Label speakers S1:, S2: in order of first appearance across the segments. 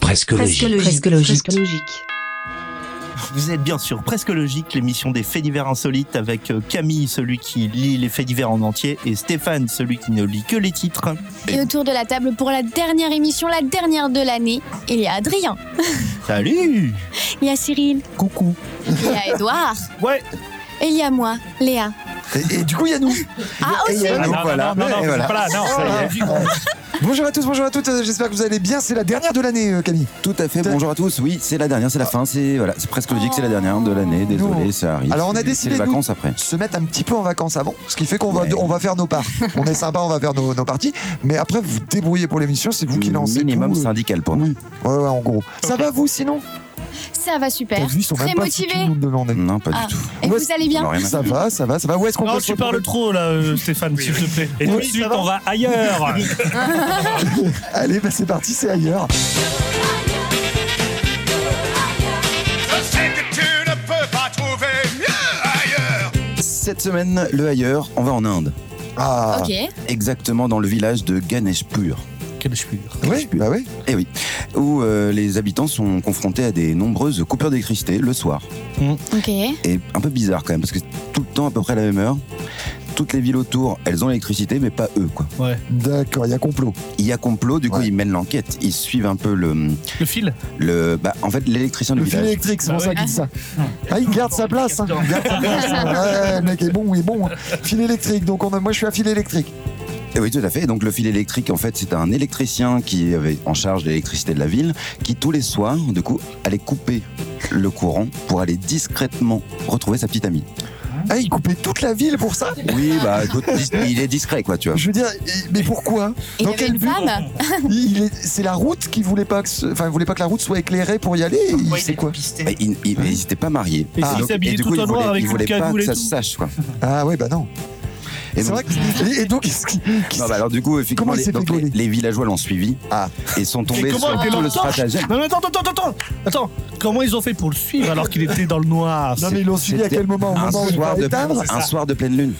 S1: Presque logique.
S2: Presque logique.
S3: Vous êtes bien sûr presque logique, l'émission des faits divers insolites avec euh, Camille, celui qui lit les faits divers en entier, et Stéphane, celui qui ne lit que les titres.
S4: Et autour de la table pour la dernière émission, la dernière de l'année, il y a Adrien,
S3: Salut
S4: il y a Cyril,
S3: Coucou
S4: il y a Edouard,
S3: Ouais
S4: et il y a moi, Léa.
S5: Et, et du coup, il y a nous.
S4: Ah,
S5: Et euh, il y a
S4: aussi
S5: nous,
S6: non, non,
S5: voilà. Eh,
S6: non, Oh. non,
S5: Et
S6: non,
S5: voilà.
S6: c'est pas là, non, ça y est.
S5: Bonjour à tous, bonjour à toutes. euh, J'espère que vous allez bien. C'est la dernière de l'année, euh, Camille.
S7: Tout à fait, bonjour à tous. Oui, c'est la dernière, c'est la fin, c'est voilà, c'est presque logique, c'est la dernière de l'année. Désolé,
S5: Non.
S7: ça arrive.
S5: Oh. Alors, on a
S7: C'est-
S5: décidé,
S7: C'est les
S5: nous-
S7: vacances après.
S5: Se mettre un petit peu en vacances avant, ce qui fait qu'on
S7: Ouais.
S5: va, on va faire nos parts. on est sympa, on va faire nos, nos parties. Mais après, vous vous débrouillez pour l'émission, c'est vous qui lancez.
S7: Minimum
S5: tout, euh.
S7: syndical pour nous.
S5: Ouais, ouais, en gros. Ça va vous sinon
S4: Ça va
S5: T'as
S4: super.
S5: vu, ils sont
S4: Très
S5: même pas
S4: motivé.
S5: foutus de nous le demander.
S7: Non, pas
S4: Ah.
S7: du tout.
S4: Et
S5: Moi,
S4: vous allez bien
S7: On a rien à
S5: Ça
S7: faire.
S5: va, ça va, ça va. Où est-ce qu'on
S6: Non,
S5: peut se
S6: tu parles
S5: retrouver
S6: trop là, euh, Stéphane, s'il te plaît. Et tout de
S3: Oui, ça
S6: suite,
S3: va.
S6: on va ailleurs.
S5: Allez, bah, c'est parti, c'est ailleurs.
S8: C'est que tu ne peux pas trouver mieux ailleurs.
S7: Cette semaine, le ailleurs, on va en Inde.
S5: Ah,
S4: Ok.
S7: Exactement dans le village de Ganeshpur.
S6: Quel cheveu.
S5: oui, bah oui.
S7: Eh oui, où euh, les habitants sont confrontés à des nombreuses coupures d'électricité le soir.
S4: Ok.
S7: Et un peu bizarre quand même, parce que c'est tout le temps à peu près à la même heure. Toutes les villes autour, elles ont l'électricité, mais pas eux, quoi.
S5: D'accord, il y a complot.
S7: Il y a complot, du coup,
S5: Ouais.
S7: ils mènent l'enquête. Ils suivent un peu le.
S6: Le fil
S7: le bah, en fait, l'électricien du
S5: Le fil
S7: village.
S5: électrique, c'est pour
S6: Bah
S5: ça
S6: oui.
S5: qu'il dit ça. Ah, il garde sa place. Hein. Il garde sa place. hein. Ouais, le mec est bon, il est bon. hein. Fil électrique, donc on a- moi je suis à fil électrique.
S7: Eh oui, tout à fait. Et donc le fil électrique, en fait, c'est un électricien qui avait en charge de l'électricité de la ville, qui tous les soirs, du coup, allait couper le courant pour aller discrètement retrouver sa petite amie.
S5: Ah, il coupait toute la ville pour ça
S7: Oui, bah, écoute, dis- il est discret, quoi, tu vois.
S5: Je veux dire, il- mais pourquoi hein.
S4: Il y
S5: Dans
S4: avait
S5: quel
S4: une
S5: but
S4: femme
S5: Il est- C'est la route qui voulait pas que, ce- enfin, il voulait pas que la route soit éclairée pour y aller. et Il sait quoi
S7: Mais ils il, mais ils étaient pas mariés.
S6: Et s'ils
S7: donc-
S6: s'habillaient
S7: du
S6: tout
S7: coup,
S6: en
S7: ils
S6: noir
S7: voulaient,
S6: avec
S7: ils
S6: une
S7: voulaient pas
S6: cagoule
S7: que
S6: et
S7: ça
S6: tout.
S7: se sache, quoi.
S5: Ah ouais, bah non.
S7: Et
S5: C'est
S7: donc-
S5: vrai. Que, et, et donc, qu'est-ce qui- qu'est-ce
S7: Non, bah, alors du coup, effectivement,
S5: Comment il
S7: les,
S5: s'est
S7: donc,
S5: fait
S7: les-
S5: gauler
S7: les villageois l'ont suivi
S5: Ah.
S7: et sont tombés
S6: Et
S7: sur
S6: comment était
S7: tout le
S6: l'entorche
S7: stratagème.
S6: Non, mais attends, attends, attends, attends. Attends, comment ils ont fait pour le suivre alors qu'il était dans le noir
S5: Ah, non mais ils l'ont suivi à
S7: c'était
S5: quel moment Au
S7: Un
S5: moment où il
S7: soir,
S5: va
S7: de,
S5: éteindre
S7: un soir de pleine lune.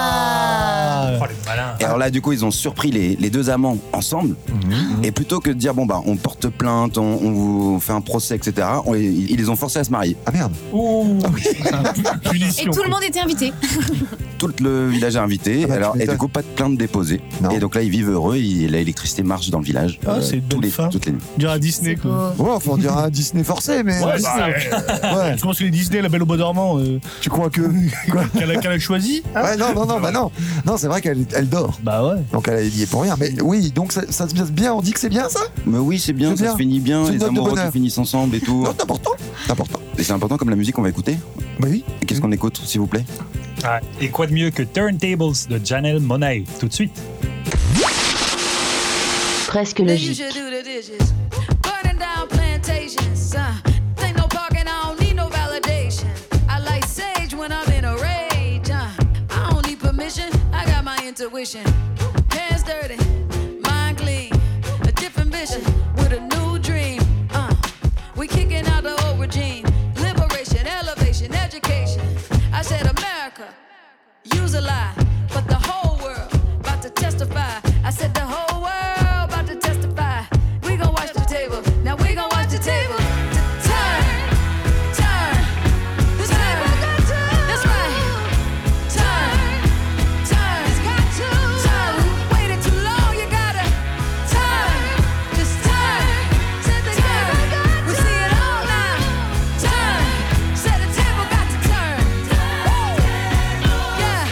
S4: Ah.
S6: Oh, le malin.
S7: Et alors là, du coup, ils ont surpris les, les deux amants ensemble. Et plutôt que de dire, bon, bah, on porte plainte, on, on vous fait un procès, etc., on- ils ils les ont forcés à se marier.
S5: Ah merde.
S6: Ouh.
S4: Et
S6: Punition.
S4: tout le monde était invité.
S7: Tout le village est invité.
S5: Ah bah, tu
S7: alors, et du
S5: m'étonnes.
S7: coup, pas de plainte déposée.
S5: Non.
S7: Et donc là, ils vivent heureux. et L'électricité marche dans le village. Euh,
S6: Ah, c'est
S7: tous les,
S6: dauphin.
S7: toutes les nuits.
S6: On dirait à Disney, quoi.
S5: Ouais, enfin on dirait un Disney forcé, mais
S6: Ouais, bah,
S5: Ouais.
S6: Je pense que les Disney, la belle au bois dormant, euh,
S5: tu crois que
S6: qu'elle a, qu'elle a choisi hein?
S5: Ouais, non, non, non, bah non, non, c'est vrai qu'elle elle dort,
S6: Bah ouais.
S5: donc elle y est pour rien. Mais oui, donc ça, ça se passe bien. On dit que c'est bien ça.
S7: Mais oui, c'est bien,
S5: C'est
S7: ça
S5: bien.
S7: se finit bien.
S5: C'est
S7: Les
S5: une note de
S7: amoureux
S5: bonheur.
S7: qui finissent ensemble et tout.
S5: Non, c'est important. C'est important.
S7: Et c'est important comme la musique qu'on va écouter.
S5: Bah oui.
S7: Et Qu'est-ce qu'on écoute, s'il vous plaît
S6: Ah,
S9: Et quoi de mieux que Turntables de Janelle Monae tout de suite
S2: Presque
S10: Then
S2: logique.
S10: you should do the dishes. Burning down plantations. Uh, think no parking, I don't need no validation. I like sage when I'm in a rage. Uh, I don't need permission, I got my intuition. Hands dirty, mind clean. A different vision with a new dream. Uh, we kicking out the old regime. Liberation, elevation, education. I said, America. Use a lie, but the whole world about to testify. I said the whole world about to testify. We gon' watch the table. Now we gon' watch the table. Turn, turn, this table got to. That's right. Turn, turn, it's got to. Turn, waited too long. You gotta turn, just turn. Said the table got to. We see it all now. Turn, said the table got to turn. Woo. Yeah.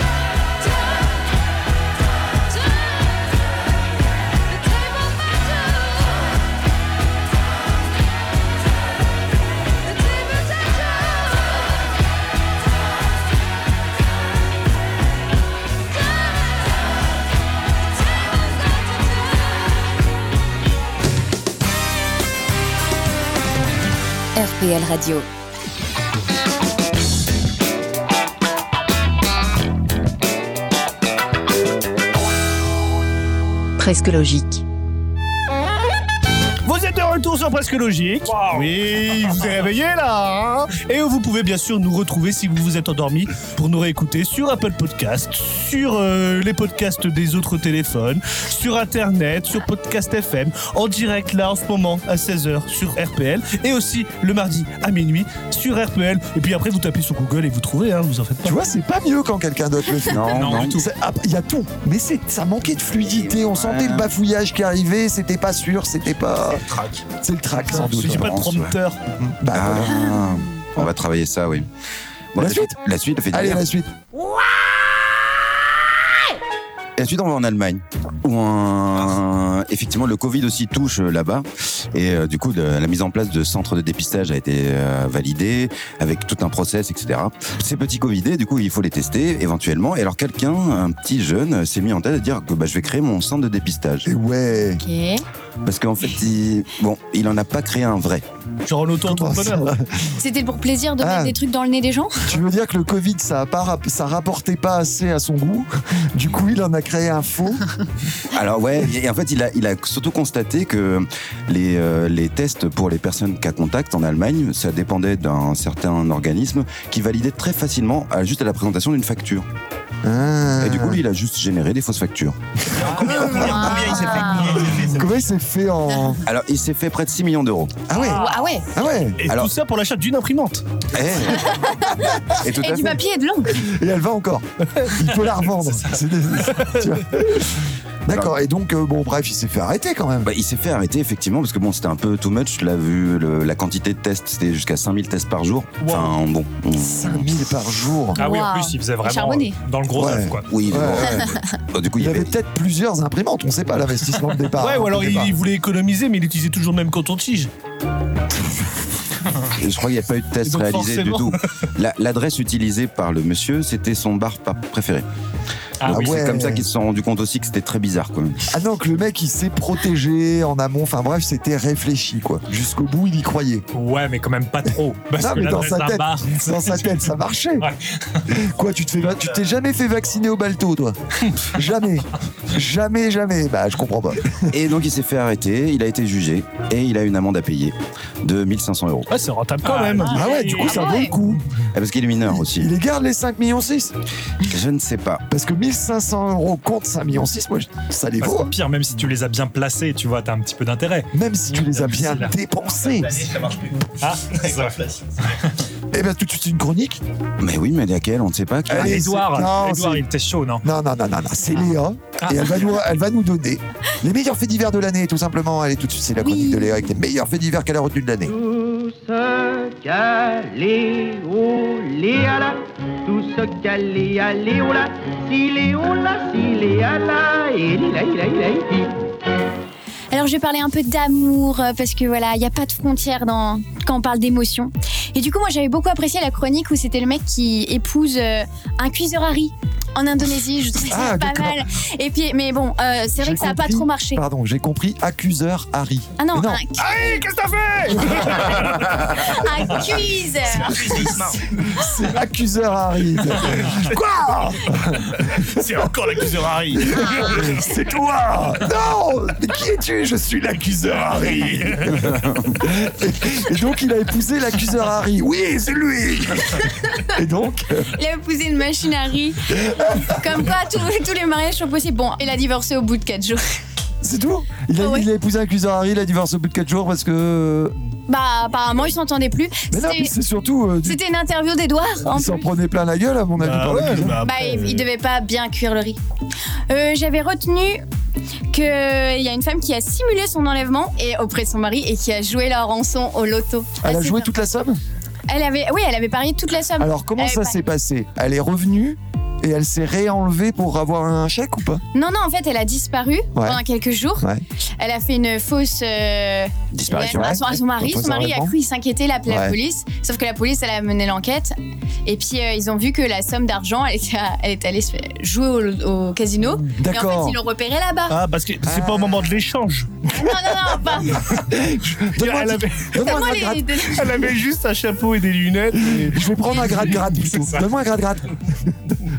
S2: RPL Radio. Presque logique.
S6: Vous êtes de retour retour sur Presque Logique. Oui, vous êtes réveillés là. hein Et vous pouvez bien sûr nous retrouver si vous vous êtes endormi pour nous réécouter sur Apple Podcast, sur euh, les podcasts des autres téléphones, sur Internet, sur Podcast FM, en direct là en ce moment à 16h sur RPL et aussi le mardi à minuit sur RPL. Et puis après, vous tapez sur Google et vous trouvez, hein, vous en faites pas.
S5: Tu vois, c'est pas mieux quand quelqu'un d'autre le fait.
S7: Non,
S9: Non,
S7: non.
S9: du tout.
S5: C'est- ah, Il y a tout, mais c'est ça manquait de fluidité. On sentait le bafouillage qui arrivait, c'était pas sûr, c'était pas. C'est le trac, sans doute.
S6: Si j'ai pas de
S7: Laurence, ouais.
S6: prompteur.
S5: Bah,
S7: Ah,
S5: voilà.
S7: on va travailler ça, oui. Bon,
S5: La suite
S7: La suite, elle fait du
S5: Allez,
S7: bien.
S5: la suite.
S7: Et ensuite, on va en Allemagne, où un- effectivement le Covid aussi touche euh, là-bas. Et euh, du coup, de- la mise en place de centres de dépistage a été euh, validée, avec tout un process, etc. Ces petits Covidés, du coup, il faut les tester éventuellement. Et alors, quelqu'un, un petit jeune, euh, s'est mis en tête à dire que bah, je vais créer mon centre de dépistage.
S5: Et ouais.
S4: Ok.
S7: Parce qu'en fait, il, bon, il en a pas créé un vrai.
S6: Genre en auto-entrepreneur.
S4: C'était pour plaisir de
S5: Ah.
S4: mettre des trucs dans le nez des gens
S5: Tu veux dire que le Covid, ça, a pas rap- ça rapportait pas assez à son goût. Du coup, il en a créé un faux.
S7: Alors ouais, et en fait, il a, il a surtout constaté que les, euh, les tests pour les personnes cas contact en Allemagne, ça dépendait d'un certain organisme qui validait très facilement à- juste à la présentation d'une facture.
S5: Ah.
S7: Et du coup, lui, il a juste généré des fausses factures.
S3: Combien, combien, combien il s'est fait Combien il s'est fait, ça
S5: Comment il s'est fait en.
S7: Alors, il s'est fait près de 6 millions d'euros.
S5: Ah ouais
S4: Ah ouais
S5: Ah ouais
S6: Et
S7: Alors-
S6: tout ça pour l'achat d'une imprimante.
S7: Eh. Et tout
S4: Et
S7: à
S4: du
S7: fait.
S4: papier et de l'encre
S5: Et elle va encore. Il peut la revendre. C'est des- tu vois. D'accord. Et donc, euh, bon, bref, il s'est fait arrêter quand même.
S7: Bah, il s'est fait arrêter effectivement parce que bon c'était un peu too much là vu le- la quantité de tests c'était jusqu'à 5000 tests par jour enfin bon on-
S5: 5000 par jour.
S9: Ah oui, en
S4: Wow.
S9: plus, il faisait vraiment
S4: Charbonné.
S9: euh, dans le gros
S5: Ouais.
S9: œuf, quoi.
S7: oui
S5: Ouais.
S7: bon, bah, du coup il
S5: Il
S7: y avait
S5: avait peut-être plusieurs imprimantes, on sait pas l'investissement de départ.
S6: ouais,
S5: hein,
S6: ou alors
S5: au
S6: il,
S5: départ.
S6: il voulait économiser, mais il utilisait toujours le même coton-tige.
S7: Je crois qu'il n'y a pas eu de test
S6: Donc
S7: réalisé du
S6: forcément.
S7: tout. La- L'adresse utilisée par le monsieur, c'était son bar pa- préféré.
S9: Ah
S7: Donc
S5: oui.
S7: c'est
S5: ouais.
S7: comme ça qu'ils se sont rendus compte aussi que c'était très bizarre. Quoi.
S5: Ah non, que le mec il s'est protégé en amont, enfin bref, c'était réfléchi quoi. Jusqu'au bout, il y croyait.
S9: Ouais, mais quand même pas trop. Parce
S5: Non,
S9: que
S5: mais dans
S9: l'adresse
S5: sa
S9: d'un
S5: tête.
S9: bar,
S5: Dans sa tête, ça marchait.
S9: Ouais.
S5: Quoi, tu te fais, va- tu t'es jamais fait vacciner au balto, toi Jamais, jamais, jamais. Bah, je comprends pas.
S7: Et donc il s'est fait arrêter, il a été jugé et il a une amende à payer de 1500 euros.
S6: Ah, c'est rentable quand
S9: Ah,
S6: même.
S9: non.
S5: Ah ouais, du coup,
S4: Ah
S5: ça
S4: ouais.
S5: vaut le coup.
S7: Ah, parce qu'il est mineur
S5: Il
S7: aussi.
S5: les garde les 5 millions 6
S7: Je ne sais pas.
S5: Parce que 1500 euros contre 5 millions 6, moi, je- ça les
S9: parce
S5: vaut. hein.
S9: que pire, même si tu les as bien placés, tu vois, t'as un petit peu d'intérêt.
S5: Même si tu les as bien
S9: C'est là.
S5: dépensés.
S9: Ah, c'est vrai.
S5: Eh ben, tout de suite, une chronique.
S7: Mais oui, mais laquelle On ne sait pas. qui-
S5: Allez,
S9: Edouard,
S5: c'est- non,
S9: Edouard
S5: c'est-
S9: Ah, il était chaud, non Ah.
S5: Non, non, non, non, non, c'est Léa. Et elle va, nous, elle va nous donner les meilleurs faits divers de l'année, tout simplement. Allez, tout de suite, c'est la chronique de Léa avec les meilleurs faits divers qu'elle a retenus de l'année.
S11: oh, oh
S4: Alors je vais parler un peu d'amour euh, parce que voilà, il n'y a pas de frontières dans... quand on parle d'émotion. Et du coup, moi j'avais beaucoup apprécié la chronique où c'était le mec qui épouse euh, un cuiseur à riz en Indonésie. Je trouvais ça
S5: Ah,
S4: pas
S5: d'accord.
S4: mal. Et puis, mais bon, euh, c'est vrai
S5: J'ai
S4: que ça n'a pas
S5: compris.
S4: trop marché.
S5: Pardon, j'ai compris. Accuseur Harry.
S4: Ah non,
S5: Mais non.
S4: un, cu- un cuiseur.
S5: C'est accuseur Harry. Quoi Ah.
S6: C'est encore l'accuseur Harry.
S5: C'est toi Non Mais qui es-tu Je suis l'accuseur Harry. et, et donc, il a épousé l'accuseur Harry. Oui, c'est lui Et donc,
S4: Il a épousé une machine à riz. Comme quoi, tous- tous les mariages sont possibles. Bon, il a divorcé au bout de 4 jours.
S5: c'est tout il a,
S4: Ah ouais.
S5: il a épousé l'accuseur Harry, il a divorcé au bout de 4 jours parce que.
S4: Bah, apparemment, ils s'entendaient plus.
S5: Mais non,
S4: C'était-
S5: mais c'est surtout. euh, du-
S4: C'était une interview d'Edouard. en
S5: Il s'en
S4: plus.
S5: prenait plein la gueule, à mon avis.
S6: Bah
S5: par
S6: ouais,
S5: l'accuseur.
S6: bah
S4: Bah,
S6: après,
S4: il, il devait pas bien cuire le riz. Euh, J'avais retenu que il y a une femme qui a simulé son enlèvement et auprès de son mari et qui a joué la rançon au loto.
S5: Elle a
S4: Assez
S5: joué
S4: bien.
S5: toute la somme
S4: Elle avait, oui, elle avait parié toute la somme.
S5: Alors comment
S4: Elle
S5: ça
S4: est pas-
S5: s'est passé Elle est revenue et elle s'est réenlevée pour avoir un chèque ou pas
S4: Non, non, en fait, elle a disparu pendant quelques jours.
S5: Ouais.
S4: Elle a fait une fausse euh,
S7: Disparition.
S4: à, son, à son mari.
S5: Fausse
S4: Son mari a
S5: enlèvement.
S4: cru, il s'inquiétait, il a appelé la
S5: Ouais.
S4: police. Sauf que la police, elle a mené l'enquête. Et puis, euh, ils ont vu que la somme d'argent, elle était, à- elle était allée se- jouer au, au casino. Et en
S5: D'accord.
S4: fait, ils l'ont repérée là-bas.
S6: Ah, parce que c'est pas au moment de l'échange.
S4: bah. Ah, Non, non, non, pas.
S5: Donne-moi
S6: Elle
S5: un-
S6: avait,
S5: donne-moi
S4: Moi,
S5: un
S4: les-
S5: gratte-
S4: les-
S6: elle avait juste un chapeau et des lunettes. et-
S5: Je vais prendre un grade grade plutôt. Donne-moi un grade grade.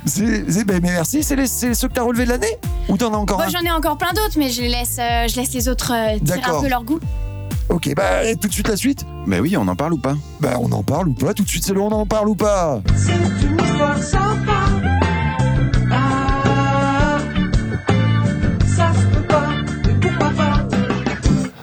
S5: C'est- c'est- ben, mais merci, c'est les- c'est ceux que t'as relevé de l'année Ou t'en as encore
S4: Bon,
S5: un
S4: j'en ai encore plein d'autres, mais je les laisse, euh, je laisse les autres euh, tirer un
S5: D'accord.
S4: peu leur goût.
S5: Ok, bah et tout de suite la suite
S7: Bah oui, on en parle ou pas
S5: Bah on en parle ou pas Tout de suite c'est le on en parle ou pas
S11: Ah,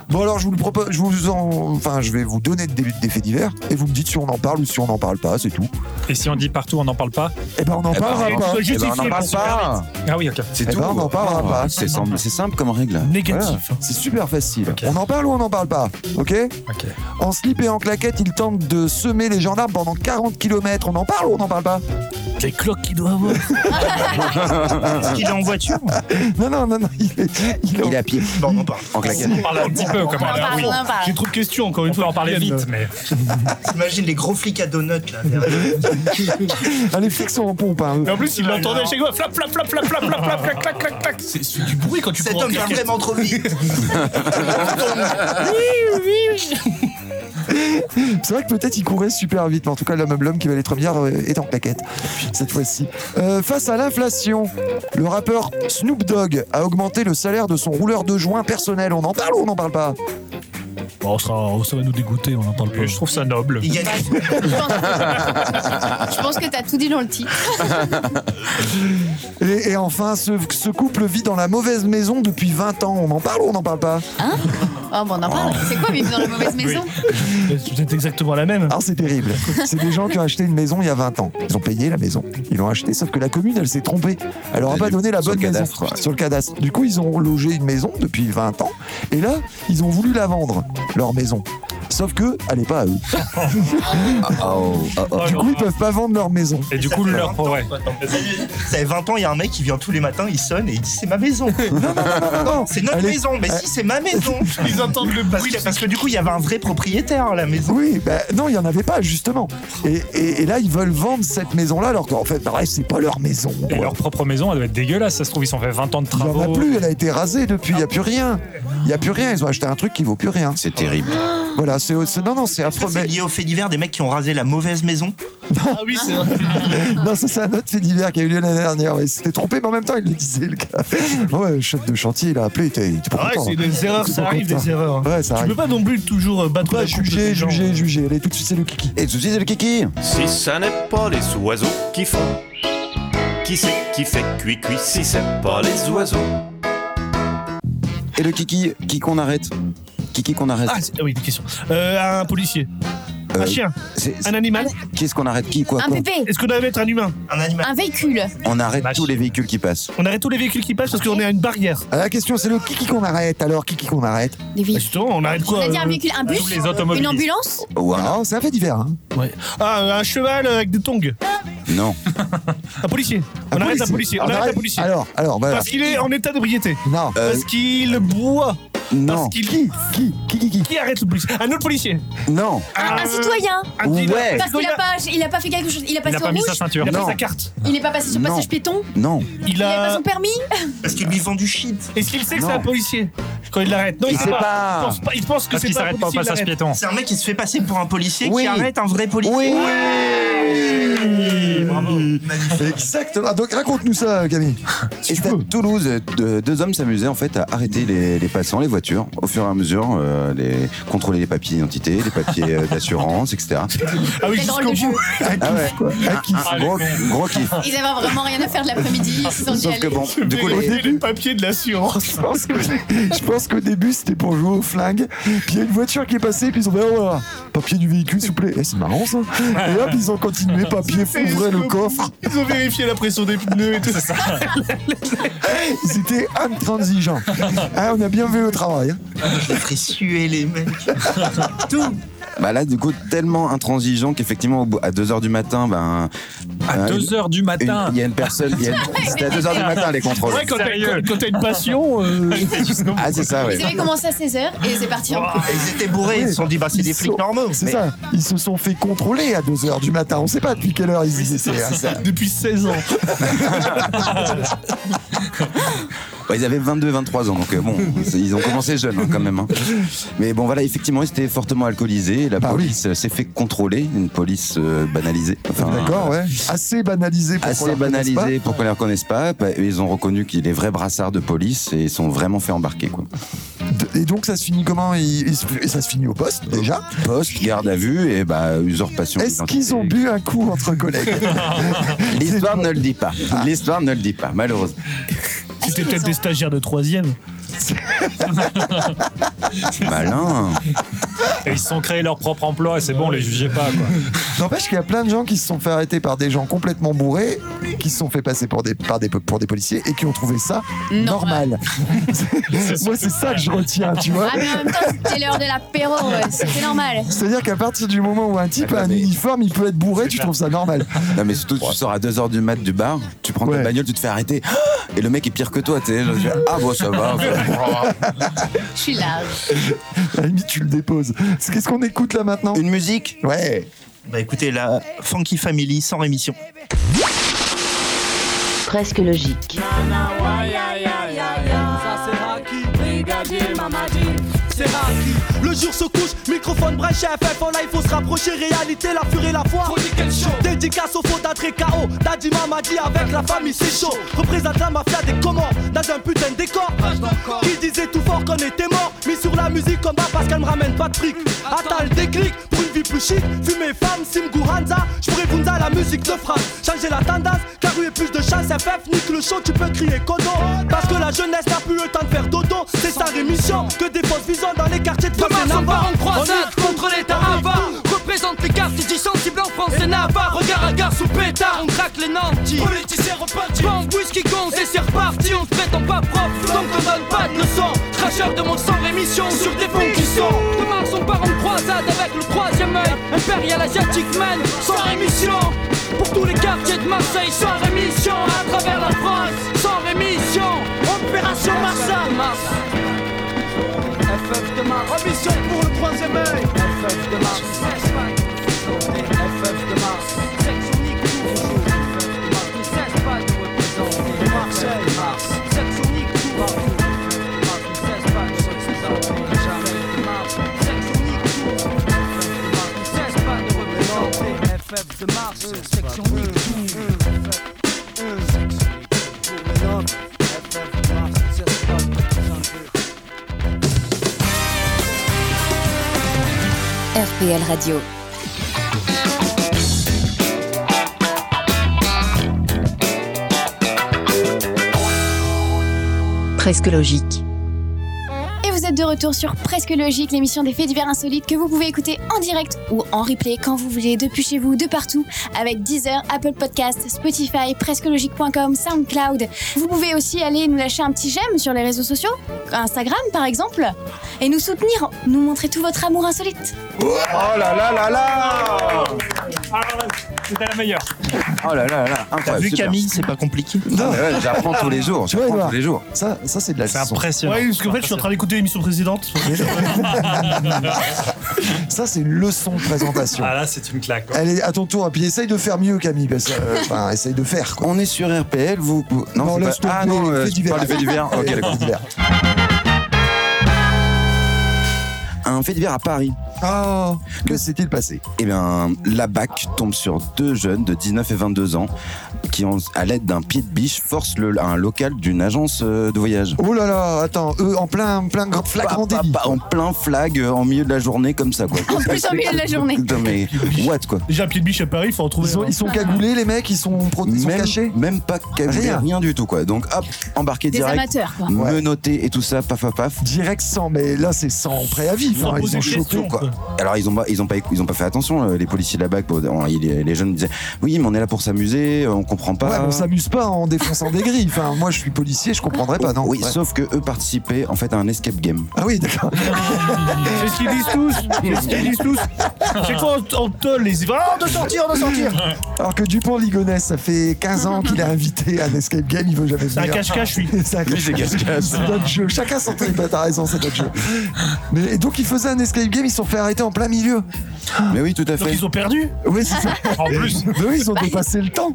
S5: Bon alors je vous le propose, je vous en, enfin je vais vous donner des, des faits divers et vous me dites si on en parle ou si on n'en parle pas, c'est tout.
S9: Et si on dit partout, on n'en parle pas
S5: Eh ben on en
S7: Eh ben,
S5: parlera
S7: on en parle- eh
S5: pas.
S7: ben, on en
S6: justifier
S7: parle
S6: pour se
S7: pas.
S9: Ah oui, ok.
S7: C'est
S5: Eh
S7: tout.
S5: ben, on en parlera pas.
S7: C'est simple, c'est simple comme règle.
S5: Voilà.
S6: Négatif.
S5: C'est super facile.
S9: Ok.
S5: On en parle ou on n'en parle pas Ok
S9: Ok.
S5: En slip et en claquette, il tente de semer les gendarmes pendant 40 km. On en parle ou on n'en parle pas
S6: Les cloques qu'il doit avoir. Parce qu'il est en voiture.
S5: Non, non, non, non. Il est, Ah, il est en-
S7: Il est à pied.
S3: Bon, on parle.
S7: En claquette.
S9: On parle un petit peu quand
S4: On en
S9: même.
S4: parle,
S9: Oui.
S4: on en parle.
S6: J'ai trop de questions, encore
S9: Ah,
S6: une
S9: On peut
S6: fois.
S9: en parler
S6: Kylian.
S9: vite, mais
S3: Imagine les gros flics à donuts là. derrière.
S5: Ah, les flics sont en pompe. hein.
S6: Et en plus, il
S3: Ah,
S6: l'entendait chez moi. Flap, flap, flap, flap, flap, flap, flap, clac, clac, clac, clac. C'est c'est du bruit quand tu
S3: Cet
S6: cours en
S3: homme va
S6: claquette.
S3: vraiment trop vite.
S5: C'est vrai que peut-être il courait super vite, mais en tout cas, l'homme l'homme qui valait 3 milliards euh, est en claquette cette fois-ci. Euh, face à l'inflation, le rappeur Snoop Dogg a augmenté le salaire de son rouleur de joint personnel. On en parle ou on n'en parle pas
S6: Bon, on sera- ça va nous dégoûter, on en parle pas.
S9: je trouve ça noble.
S3: Il gagne.
S4: Je pense que- je pense que t'as tout dit dans le titre.
S5: Et, et enfin, ce, ce couple vit dans la mauvaise maison depuis 20 ans. On en parle ou on n'en parle pas
S6: Hein
S4: Oh, bon, on en parle. C'est quoi vivre dans la mauvaise maison
S6: Vous êtes exactement la même.
S5: Alors Ah, c'est terrible. C'est des gens qui ont acheté une maison il y a 20 ans. Ils ont payé la maison. Ils l'ont achetée, sauf que la commune, elle s'est trompée. Elle leur a
S7: Elle
S5: pas
S7: est
S5: donné la
S7: sur
S5: bonne
S7: le
S5: maison
S7: cadastre, ouais.
S5: sur le cadastre. Du coup, ils ont logé une maison depuis 20 ans. Et là, ils ont voulu la vendre, leur maison. Sauf que, elle est pas à eux. Ah,
S7: Oh, oh, oh.
S5: Du coup, ils peuvent pas vendre leur maison.
S9: Et du coup, leur. Ouais.
S3: Ça fait 20 ans, il y a un mec qui vient tous les matins, il sonne et il dit c'est ma maison.
S5: Non, non, non, non, non.
S3: C'est notre
S5: Elle est-
S3: maison, mais si c'est ma maison. Ils entendent le bruit parce que du coup il y avait un vrai propriétaire à la maison.
S5: Oui, bah, non, il y en avait pas justement. Et, et- et là, ils veulent vendre cette maison-là, alors qu'en fait, bref, c'est pas leur maison.
S9: Et leur propre maison, elle doit être dégueulasse. Ça se trouve, ils ont fait 20 ans de
S5: Il n'y en a
S9: travaux.
S5: plus, elle a été rasée depuis, il n'y a plus rien. Il n'y a plus rien, ils ont acheté un truc qui vaut plus rien.
S7: C'est terrible.
S5: Voilà, c'est. c'est- Non, non, c'est
S3: Ça,
S5: affreux.
S3: C'est
S5: mais-
S3: lié au fait divers des mecs qui ont rasé la mauvaise maison.
S6: Ah oui, c'est vrai.
S5: Non, ça, c'est un autre fait divers qui a eu lieu l'année dernière. Ouais, Il s'était trompé, mais en même temps, il le disait, le gars. Ouais, le chef de chantier, il a appelé, il était, il était pas
S6: Ah ouais,
S5: content.
S6: c'est des erreurs,
S5: C'est
S6: ça
S5: pas
S6: arrive
S5: content.
S6: des erreurs. hein.
S5: Ouais, ça
S6: Tu peux
S5: arrive.
S6: pas non plus toujours euh, battre
S5: Pas
S6: la coupe
S5: juger,
S6: des gens. euh. Eh,
S5: juger, juger. Allez, tout de suite, c'est le kiki.
S7: Et tout de suite, c'est le kiki.
S1: Si ça n'est pas les oiseaux qui font, qui c'est qui fait cuicui si c'est pas les oiseaux
S7: Et le kiki, qui qu'on arrête Kiki qu'on arrête
S6: Ah, c'est- ah oui, une question. Euh, un policier.
S7: Euh,
S6: Un chien.
S7: C'est- c'est-
S6: Un animal.
S7: Qui est-ce qu'on arrête Qui quoi,
S4: Un
S7: quoi
S4: bébé,
S6: Est-ce qu'on doit mettre un humain
S3: Un animal.
S4: un véhicule.
S7: On arrête
S9: Vache.
S7: tous les véhicules qui passent.
S6: On arrête tous les véhicules qui passent parce qu'on est à une barrière.
S5: Ah, La question, c'est le kiki qu'on arrête. Alors, kiki qu'on arrête
S4: Des
S6: Bah,
S4: véhicules.
S6: justement, on arrête
S4: On
S6: quoi
S4: a dit
S6: euh,
S4: un véhicule, un
S9: Tous
S4: bus,
S9: les automobiles.
S4: une ambulance.
S7: Ou un-
S5: Non, c'est un fait divers. hein.
S6: ouais. Ah, euh, un cheval euh, avec des tongs.
S7: Non.
S6: Un policier. On arrête un policier. On arrête un policier.
S5: Ah, Alors, alors, voilà.
S6: Parce qu'il est en état d'ébriété.
S5: Non,
S7: Euh,
S6: Parce qu'il boit.
S7: non.
S6: Parce qu'il.
S5: qui, qui, qui, qui
S6: Qui arrête le policier Un autre policier.
S7: Non.
S4: Ah, Un, un citoyen.
S6: Euh, Un dealer.
S7: Ouais.
S4: Parce qu'il
S6: Il
S4: a
S6: a-
S4: pas, il a pas fait quelque chose. Il a
S9: Il
S4: passé
S9: a
S4: au
S9: pas mis sa
S4: rouge.
S9: ceinture.
S6: Il a
S7: Non.
S6: pas sa carte.
S4: Il est pas passé sur
S7: Non.
S4: passage péton.
S7: Non.
S6: Il
S4: Il a pas
S6: a.
S4: son permis.
S3: Parce qu'ils lui vendent du shit.
S6: Est-ce qu'il sait que c'est
S7: Non.
S6: un policier Quand il l'arrête Non,
S7: Il
S6: il
S7: sait
S6: sait pas.
S7: pas.
S6: Il pense pas- Il pense que
S9: Parce
S6: c'est
S9: qu'il
S6: pas un
S9: s'arrête pas au
S6: policier. il
S9: passage
S6: l'arrête.
S9: piéton.
S3: C'est un mec qui se fait passer pour un policier
S7: Oui.
S3: qui arrête un vrai policier.
S7: Oui.
S3: Bravo.
S5: Exactement. Ah, Donc, raconte-nous ça, Camille.
S7: Et c'était à Toulouse, de- deux hommes s'amusaient en fait à arrêter les, les passants, les voitures, au fur et à mesure, euh, les, contrôler les papiers d'identité, les papiers euh, d'assurance, etc.
S6: Ah oui,
S4: Quel drôle
S6: jusqu'au
S4: de
S6: bout.
S4: jeu.
S7: Ah ouais,
S5: Ah, qui-
S7: Un gros, gros kiff.
S4: Ils avaient vraiment rien à faire de l'après-midi. Ils se sont dit
S7: Ah, Sauf que
S4: allez.
S7: bon, du coup, les-
S6: Vérifier les papiers de l'assurance.
S5: Je pense que- je pense qu'au début c'était pour jouer au flingue. Puis il y a une voiture qui est passée, puis ils ont fait oh, voilà, papier du véhicule, s'il vous plaît. Eh, c'est marrant ça. Et hop, ils ont continué, papier, ouvrez le coffre.
S6: Ils ont vérifié la pression des pneus et tout ça.
S5: Ils étaient intransigeants. Ah, on a bien vu le travail. hein.
S3: ah, Je les ferais suer les mecs. Tout.
S7: bah là, du coup, tellement intransigeant qu'effectivement, au bout- à 2h du matin, ben.
S9: À
S7: euh,
S9: 2h du
S7: une-
S9: matin.
S7: Il y a une personne. il y a une- C'était à 2h du matin les contrôles.
S6: Ouais, quand t'as
S9: Sérieux.
S6: quand- quand t'as une passion. euh,
S7: Ah, c'est ça, ouais.
S4: Ils avaient commencé à 16h et c'est parti. en cours.
S3: Et Ils étaient bourrés, ils se sont dit bah c'est
S5: Ils
S3: des flics
S5: sont-
S3: normaux.
S5: C'est
S3: Mais
S5: ça. Ils se sont fait contrôler à 2h du matin. On sait pas depuis quelle heure ils y étaient. hein.
S6: Depuis 16 ans.
S7: Ouais, ils avaient 22, 23 ans, donc euh, bon, c'est- ils ont commencé jeunes hein, quand même. hein. Mais bon, voilà, effectivement, ils étaient fortement alcoolisés. et La
S5: Bah oui.
S7: police euh, s'est fait contrôler, une police euh, banalisée. Enfin, euh,
S5: D'accord, ouais. Assez banalisé pour qu'on
S7: Assez
S5: la reconnaisse
S7: banalisée pour qu'on les reconnaisse pas. Bah, ils ont reconnu qu'il est vrais brassards de police et ils sont vraiment fait embarquer, quoi.
S5: pas. Et donc, ça se finit comment Il- il se- et Ça se finit au poste, déjà.
S7: Poste, garde à vue et bah, usurpation.
S5: Est-ce
S7: d'identité.
S5: qu'ils ont bu un coup entre collègues
S7: L'histoire ne le dit pas. L'histoire ne le dit pas, malheureusement.
S6: C'était peut-être des stagiaires de troisième.
S7: Malin.
S9: Et ils se sont créés leur propre emploi, c'est bon, les jugez pas, quoi.
S5: N'empêche qu'il y a plein de gens qui se sont fait arrêter par des gens complètement bourrés, qui se sont fait passer pour des, par des, pour des policiers et qui ont trouvé ça normal. Moi, c'est ça que je retiens, tu vois.
S4: Ah, mais en même temps, c'était l'heure de l'apéro, ouais, c'était normal.
S5: C'est-à-dire qu'à partir du moment où un type a un uniforme, il peut être bourré, tu trouves ça normal.
S7: Non, mais surtout, tu sors à 2h du mat du bar, tu prends
S5: Ouais.
S7: ta bagnole, tu te fais arrêter. Et le mec est pire que toi, tu sais. Genre, tu fais, Ah, bon, ça va.
S4: Je suis large.
S5: À la limite, tu le déposes. C'est- Qu'est-ce qu'on écoute là maintenant
S7: Une musique
S5: Ouais.
S3: Bah écoutez, la Funky Family sans rémission.
S2: Presque logique.
S11: C'est Raki. Le jour se couche, microphone brèche, FF en live, faut se rapprocher, réalité, la furie, la foi. Dédicace au faux d'un très KO. Daddy m'a dit avec la famille, c'est chaud. Représente la mafia des commandes dans un putain de décor. Qui disait tout fort qu'on était mort, mis sur la musique comme bas parce qu'elle me ramène pas de fric. Attends le déclic pour une vie plus chic. Fumer femme, Sim Gouranza, j'pourrais Kunza la musique de frappe. Changer la tendance, car où est plus de chance, FF nique le show, tu peux crier codo. Parce que la jeunesse n'a plus le temps de faire dodo. C'est sa rémission que des fausses visions dans les quartiers de
S12: Demain,
S11: Femme
S12: on part en croisade contre l'État avare. Représente les cartes du sensible en France et Navarre. Regard à gare sous pétard, on craque les nantis. Politiciens repartis. Bande whisky gonze et c'est reparti. On se prétend pas prof, donc on donne pas de leçons. Cracheur de mon sang, rémission sur des fonds qui sont. Demain, on part en croisade avec le troisième œil. Impérial asiatique man, sans rémission. Pour tous les quartiers de Marseille, sans rémission. À travers la France, sans rémission. Opération Marseille.
S11: FF de Mars, remission pour le troisième œil. FF de Mars, FF de Mars, section nique toujours. FF de Mars, ne cesse pas de représenter Marseille. Mars, section nique toujours. FF de Mars, ne cesse pas de représenter jamais. Mars, section nique toujours. FF de Mars, ne cesse pas de représenter FF de Mars, section nique toujours. FF de Mars, FF de Mars, ne cesse pas de représenter.
S2: RPL Radio. Presque logique.
S4: Et vous êtes de retour sur Presque Logique, l'émission des faits divers insolites que vous pouvez écouter en direct ou en replay quand vous voulez, depuis chez vous, de partout, avec Deezer, Apple Podcast, Spotify, presquelogique.com, SoundCloud. Vous pouvez aussi aller nous lâcher un petit j'aime sur les réseaux sociaux, Instagram par exemple, et nous soutenir, nous montrer tout votre amour insolite.
S7: Oh là là là là
S6: Ah,
S9: C'était la meilleure.
S7: Oh là là là
S3: T'as
S7: Incroyable.
S3: vu
S7: super.
S3: Camille, c'est pas compliqué.
S7: Ah ouais, J'apprends tous les jours.
S5: Tu vois,
S7: J'apprends
S5: Edouard
S7: tous les jours.
S5: Ça, ça c'est de la
S9: C'est
S5: leçon.
S9: impressionnant.
S6: Ouais, parce qu'en fait, je suis en train d'écouter l'émission précédente.
S5: Ça, c'est une leçon de présentation.
S9: Ah là, c'est une claque. quoi.
S5: Allez, à ton tour, et puis essaye de faire mieux, Camille, parce que, euh, enfin, essaye de faire, quoi.
S7: On est sur RPL, vous. vous-
S5: Non,
S7: c'est
S5: là,
S7: pas-
S5: je te
S7: Ah
S5: mets
S7: non,
S5: les
S7: euh,
S5: faits
S7: je parle
S5: divers.
S7: des faits divers. Ok,
S5: Ouais,
S7: d'accord.
S5: faits divers.
S7: Un fait divers à Paris.
S5: Oh, que s'est-il passé
S7: Eh bien, la BAC tombe sur deux jeunes de 19 et 22 ans qui, ont, à l'aide d'un pied de biche, forcent le, un local d'une agence euh, de voyage.
S5: Oh là là, attends, eux en plein, en plein grand- flagrant
S7: Pa- pa-
S5: délit.
S7: pa- en plein flag, euh, en milieu de la journée, comme ça, quoi.
S4: En plus, au milieu de la journée.
S7: Non, mais what, quoi.
S6: Déjà, un pied de biche à Paris, il faut en trouver.
S5: Ils, ont-
S6: un.
S5: ils sont cagoulés, les mecs, ils sont, pro- ils sont
S7: même,
S5: cachés.
S7: même pas cagoulé,
S5: Rien.
S7: rien. du tout, quoi. Donc, hop, embarqué
S4: Des
S7: direct,
S4: amateurs, quoi.
S5: Ouais.
S7: menotté et tout ça, paf, paf, paf.
S5: Direct sans, mais là, c'est sans préavis.
S6: Sans
S5: Enfin, ils
S6: poser
S5: ont
S6: de
S5: chopé,
S6: questions,
S5: quoi.
S6: quoi.
S7: Alors ils ont pas, ils ont pas, écou- ils ont pas fait attention euh, les policiers de la BAC. bon, on- il- Les, jeunes disaient oui, mais on est là pour s'amuser, euh, on comprend pas.
S5: Ouais, mais on s'amuse pas en défonçant des grilles. Enfin, moi, je suis policier, je comprendrais pas, non
S7: Oh, oui,
S5: Ouais.
S7: sauf que eux participaient en fait à un escape game.
S5: Ah oui, d'accord.
S6: C'est ce qu'ils disent tous. C'est ce qu'ils disent tous. C'est quoi, on tol les Ah, on doit sortir, on doit sortir.
S5: Alors que Dupont Ligonnès, ça fait 15 ans qu'il est invité à un escape game, il veut jamais
S6: C'est un
S5: venir.
S6: cache-cache, lui.
S5: C'est un cache-cache. C'est notre jeu. Chacun son truc. Bah, T'as raison, c'est notre jeu. Mais et donc, ils faisaient un escape game, ils se sont fait arrêté en plein milieu.
S7: Mais oui, tout à fait.
S6: perdu
S5: Oui, c'est ça.
S7: En plus.
S5: Mais oui, ils ont dépassé le temps.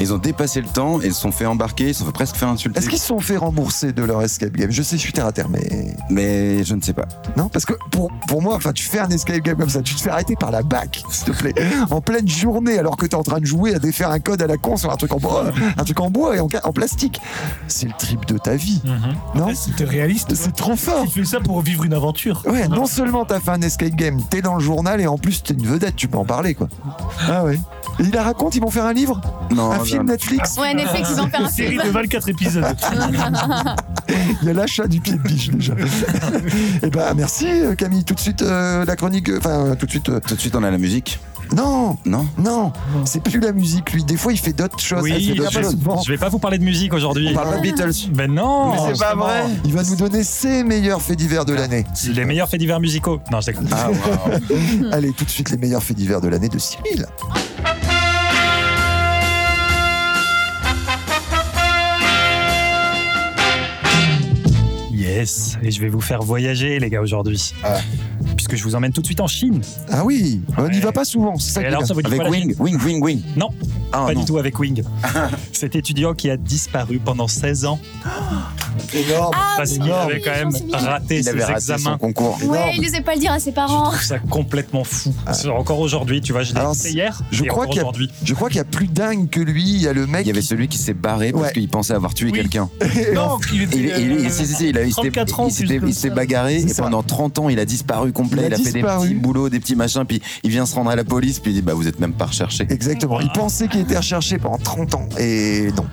S7: Ils ont dépassé le temps et ils se sont fait embarquer, ils se sont fait presque fait insulter.
S5: Est-ce qu'ils se sont fait rembourser de leur escape game Je sais, je suis terre à terre, mais.
S7: Mais je ne sais pas.
S5: Non, parce que pour, pour moi, enfin, tu fais un escape game comme ça, tu te fais arrêter par la BAC, s'il te plaît, en pleine journée, alors que t'es en train de jouer à défaire un code à la con sur un truc en bois, un truc en bois et en, ca- en plastique. C'est le trip de ta vie. Non
S6: C'était Mm-hmm. réaliste.
S5: C'est trop fort.
S6: Tu fais ça pour vivre une aventure.
S5: Ouais, non seulement t'as fait un escape game, t'es dans le journal et en plus t'es une vedette, tu peux en parler quoi. Ah ouais. Et il la raconte, ils vont faire un livre
S7: Non,
S5: Un
S7: non,
S5: film
S7: non.
S5: Netflix
S4: Ouais, Netflix, ils vont faire un
S6: Une série
S4: film.
S6: de 24 épisodes.
S5: Il y a l'achat du pied de biche déjà. et ben merci euh, Camille, tout de suite euh, la chronique, euh, enfin euh, tout de suite. euh,
S7: Tout de suite, on a la musique.
S5: non,
S7: Non
S5: non, c'est plus la musique lui. Des fois il fait d'autres choses.
S9: Oui,
S5: il fait d'autres
S9: je,
S5: choses. Bon,
S9: je vais pas vous parler de musique aujourd'hui.
S5: on parle pas de Beatles.
S9: Mais non justement.
S5: Il va nous donner ses meilleurs faits divers de l'année.
S9: Les meilleurs faits divers musicaux. Non, je déconne.
S7: Ah, waouh.
S5: Allez, tout de suite les meilleurs faits divers de l'année de Cyril.
S9: Yes, et je vais vous faire voyager, les gars, aujourd'hui.
S5: Ah.
S9: Puisque je vous emmène tout de suite en Chine.
S5: Ah oui, on n'y
S9: Ouais.
S5: va pas souvent, c'est ça
S9: Et
S5: qui est
S9: alors,
S5: bien.
S9: ça vous dit
S7: Avec
S9: quoi, la Chine
S7: Wing, Wing, Wing, Wing.
S9: Non,
S7: Ah,
S9: pas
S7: non.
S9: du tout avec Wing. Cet étudiant qui a disparu pendant 16 ans
S5: Énorme.
S9: parce qu'il
S5: Ah, énorme.
S9: avait quand même raté
S7: Il
S9: ses
S7: avait raté
S9: examens.
S7: son concours. Ah.
S5: Énorme.
S4: Ouais, il n'osait pas le dire à ses parents.
S9: Je trouve ça complètement fou. C'est Encore aujourd'hui, tu vois, je l'ai
S5: Alors,
S9: fait hier.
S5: Je
S9: et
S5: crois
S9: encore
S5: qu'il y a-
S9: aujourd'hui.
S5: je crois qu'il y a plus dingue que lui. Il y a le mec.
S7: Il y avait
S5: qui-
S7: celui qui s'est barré parce
S5: Ouais.
S7: qu'il pensait avoir tué
S6: Oui.
S7: quelqu'un.
S6: Non, il
S7: Et il-
S6: était.
S7: et lui,
S6: euh,
S7: si, si, si, il a- il s'était
S6: 34 ans,
S7: il s'était-
S6: plus
S7: il s'est
S6: que ça.
S7: bagarré
S5: C'est
S7: et
S5: ça.
S7: pendant 30 ans, il a disparu complet.
S5: Il a
S7: Il a, fait des
S5: disparu.
S7: petits boulots, des petits machins, puis il vient se rendre à la police, puis il dit Bah, vous êtes même pas recherché.
S5: Exactement. Il pensait qu'il était recherché pendant 30 ans et non.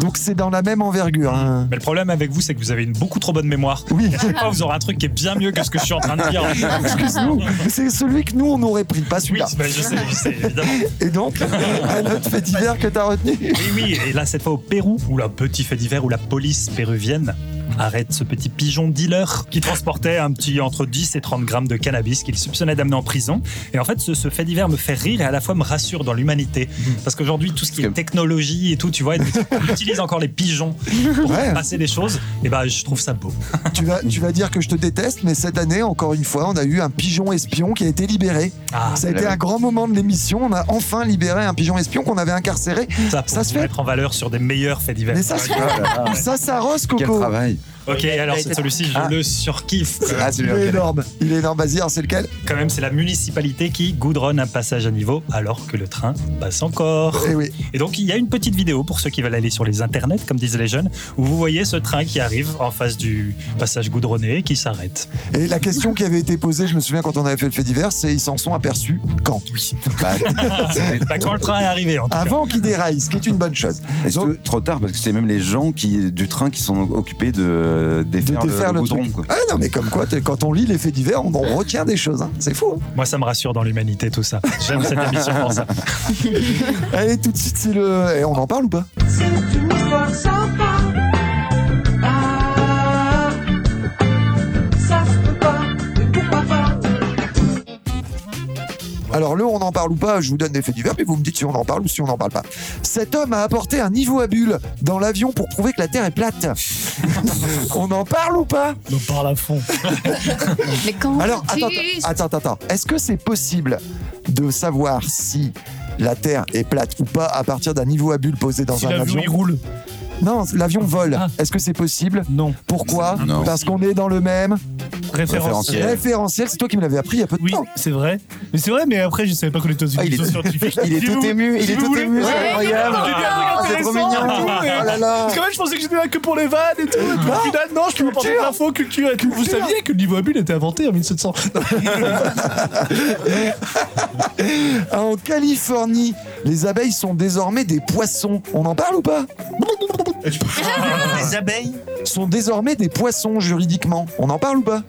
S5: Donc c'est dans la même envergure. hein.
S9: Mais le problème avec vous, c'est que vous avez une beaucoup trop bonne mémoire.
S5: Oui.
S9: Je sais pas, vous aurez un truc qui est bien mieux que ce que je suis en train de dire. Excuse-nous.
S5: C'est celui que nous on aurait pris, pas
S9: Oui,
S5: celui-là.
S9: bah, je sais, je sais, évidemment.
S5: Et donc, un autre fait divers que t'as retenu.
S9: Oui, oui, et là, cette fois au Pérou, où la petit fait divers, où la police péruvienne arrête ce petit pigeon dealer qui transportait un petit entre 10 et 30 grammes de cannabis qu'il soupçonnait d'amener en prison. Et en fait, ce, ce fait divers me fait rire et à la fois me rassure dans l'humanité.
S5: Mm.
S9: Parce qu'aujourd'hui, tout ce qui est
S7: Parce que-
S9: technologie et tout, tu vois, on utilise encore les pigeons pour
S5: Ouais.
S9: faire passer des choses. Et bah, je trouve ça beau.
S5: Tu vas, tu vas dire que je te déteste, mais cette année, encore une fois, on a eu un pigeon espion qui a été libéré.
S9: Ah,
S5: Ça a été
S7: là,
S5: un
S7: oui.
S5: grand moment de l'émission. On a enfin libéré un pigeon espion qu'on avait incarcéré.
S9: ça, pour
S5: ça se
S9: se
S5: fait.
S9: mettre en valeur sur des meilleurs faits divers.
S5: Mais ça, se- ça, ça rose,
S7: Ah Quel
S5: Coco.
S7: travail
S9: Ok, alors c'est celui-ci, je
S7: Ah.
S9: le surkiffe.
S7: Ah,
S5: Il
S7: celui-là,
S5: est
S7: ok.
S5: énorme. Il est énorme. Vas-y, alors, c'est lequel
S9: Quand même, c'est la municipalité qui goudronne un passage à niveau alors que le train passe encore.
S5: Eh oui.
S9: Et donc, il y a une petite vidéo pour ceux qui veulent aller sur les internets, comme disent les jeunes, où vous voyez ce train qui arrive en face du passage goudronné et qui s'arrête.
S5: Et la question qui avait été posée, je me souviens quand on avait fait le fait divers, c'est ils s'en sont aperçus quand
S7: Bah,
S9: Bah, quand le train est arrivé, en tout cas.
S5: Avant qu'ils déraillent, ce qui est une bonne chose.
S7: Et surtout, trop tard parce que c'est même les gens qui, du train qui sont occupés de
S5: Ah, De
S7: défaire,
S5: défaire
S7: le,
S5: le,
S7: goudron.
S5: truc.
S7: quoi.
S5: Ah non, mais comme quoi, t'es- quand on lit les faits divers, on en retient des choses. hein. C'est fou. hein.
S9: Moi, ça me rassure dans l'humanité, tout ça. J'aime cette émission pour ça.
S5: Allez, tout de suite, c'est le. Et on en parle ou pas Alors, le on en parle ou pas, je vous donne des faits divers, puis vous me dites si on en parle ou si on n'en parle pas. Cet homme a apporté un niveau à bulle dans l'avion pour prouver que la Terre est plate. on en parle ou pas
S6: On parle à fond.
S4: Mais quand
S5: Alors,
S4: tu-
S5: attends, attends, attends. attends. Est-ce que c'est possible de savoir si la Terre est plate ou pas à partir d'un niveau à bulle posé dans
S6: Si
S5: un
S6: l'avion
S5: avion
S6: il roule.
S5: Non, l'avion vole.
S6: Ah.
S5: Est-ce que c'est possible
S6: Non.
S5: Pourquoi
S7: Non.
S5: Parce qu'on est dans le même
S6: Référence.
S7: Référentiel. Yeah.
S5: référentiel. C'est toi qui me l'avais appris il y a peu de
S6: Oui,
S5: temps.
S6: c'est vrai. Mais c'est vrai, mais après, je savais pas qu'on était dans une
S7: Ah, il
S6: émission
S7: est-
S6: scientifique.
S7: Il est
S6: Si
S7: tout
S6: vous-
S7: ému, il
S6: si
S7: est
S6: vous
S7: tout
S6: voulez-
S7: ému,
S6: Ouais,
S7: c'est
S6: il est
S7: incroyable.
S6: tout ému,
S7: Ah, c'est trop
S6: intéressant
S7: mignon.
S6: et tout, et-
S5: Oh là là.
S6: Parce que moi, je pensais que j'étais là que pour les vannes et tout. Et puis, au final, non, je peux m'apporter
S5: Culture.
S6: des infos, culture et tout. Vous
S5: Culture.
S6: saviez que le niveau à bulle était inventé en 1700.
S5: En Californie, les abeilles sont désormais des poissons. On en parle ou pas
S3: Les abeilles
S5: Sont désormais des poissons juridiquement. On en parle ou pas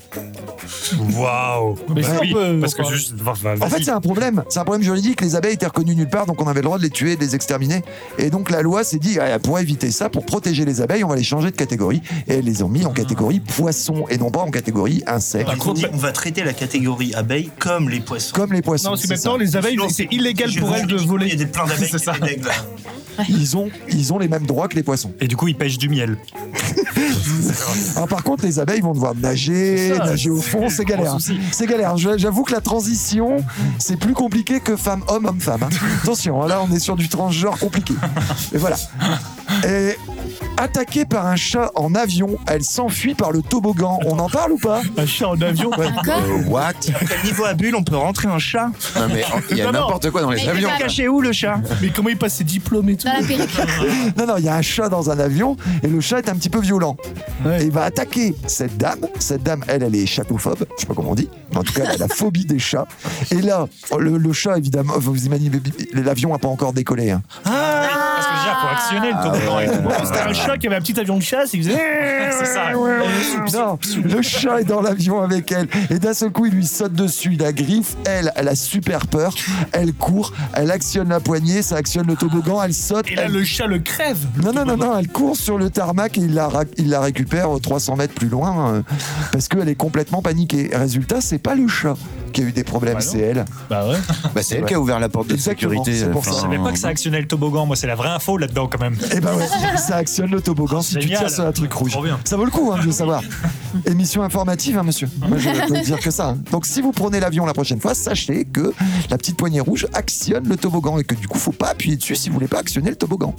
S9: Waouh!
S6: Mais
S9: Bah
S6: ça, on
S9: oui,
S6: peut-
S9: parce que
S6: on parle.
S9: juste. va- va-
S5: En fait,
S9: Bah, vas-y.
S5: c'est un problème. C'est un problème juridique. Les abeilles étaient reconnues nulle part, donc on avait le droit de les tuer, de les exterminer. Et donc la loi s'est dit, ah, pour éviter ça, pour protéger les abeilles, on va les changer de catégorie. Et elles les ont mis en catégorie poissons et non pas en catégorie insectes.
S3: Par contre, on va traiter la catégorie abeilles comme les poissons.
S5: Comme les poissons.
S6: Non, parce que
S5: c'est
S6: maintenant, les abeilles, c'est illégal
S3: Je
S6: pour
S3: vous
S6: elles de
S3: dis,
S6: voler.
S3: Il y a des plein d'abeilles
S6: C'est ça.
S3: et des aigles.
S5: ça. ils, ont, ils ont les mêmes droits que les poissons.
S9: Et du coup, il pêche du miel.
S5: Ah, par contre, les abeilles vont devoir nager,
S6: C'est ça,
S5: nager au
S6: c'est
S5: fond,
S6: le
S5: c'est
S6: gros
S5: galère. hein.
S6: souci.
S5: C'est galère. Je- J'avoue que la transition, c'est plus compliqué que femme-homme, homme-femme. hein. Attention, là, on est sur du transgenre compliqué. Et voilà. Et attaquée par un chat en avion, elle s'enfuit par le toboggan. On en parle ou pas
S6: Un chat en avion
S7: Euh, what
S3: Niveau à bulle, on peut rentrer un chat.
S7: Non, mais en- il y a
S6: Non, non.
S7: n'importe quoi dans les
S4: Mais
S7: avions.
S4: il est
S3: Caché où le chat
S6: Mais comment il passe ses diplômes et tout
S4: Dans la perruque.
S5: Non, non, il y a un chat dans un avion et le chat est un petit peu violent. Et il va attaquer cette dame. Cette dame, elle, elle est chatophobe, je sais pas comment on dit, mais en tout cas, elle a la phobie des chats. Et là, le, le chat, évidemment, vous imaginez, l'avion n'a pas encore décollé. hein.
S6: Ah
S9: Parce que déjà, pour
S4: Ah.
S9: actionner le toboggan et tout.
S5: Ah.
S6: C'était un chat qui avait un petit avion de chasse, il faisait.
S9: C'est ça.
S5: Ah, Non, le chat est dans l'avion avec elle. Et d'un seul coup, il lui saute dessus. Il la griffe. Elle, elle a super peur. Elle court. Elle actionne la poignée. Ça actionne le toboggan. Elle saute.
S6: Et là,
S5: elle-
S6: le chat le crève.
S5: Non, non, non, non, elle court sur le tarmac et il la, ra- il la récupère euh, 300 mètres plus loin euh, parce qu'elle est complètement paniquée. Résultat, c'est pas le chat qui a eu des problèmes, c'est elle.
S6: Bah ouais.
S7: Bah, c'est elle qui a ouvert la porte de
S5: Exactement,
S7: sécurité.
S5: c'est pour ça.
S7: enfin,
S9: Je savais pas que ça actionnait le toboggan. Moi, c'est la vraie info là-dedans quand même.
S5: Et bah ouais, ça actionne le toboggan si tu
S9: Génial.
S5: tires sur un truc rouge.
S9: Trop bien.
S5: Ça vaut le coup hein, de le savoir. Émission informative, hein, monsieur. Moi, je peux vous dire que ça. hein. Donc, si vous prenez l'avion la prochaine fois, sachez que la petite poignée rouge actionne le toboggan et que du coup, faut pas appuyer dessus si vous voulez pas actionner le toboggan.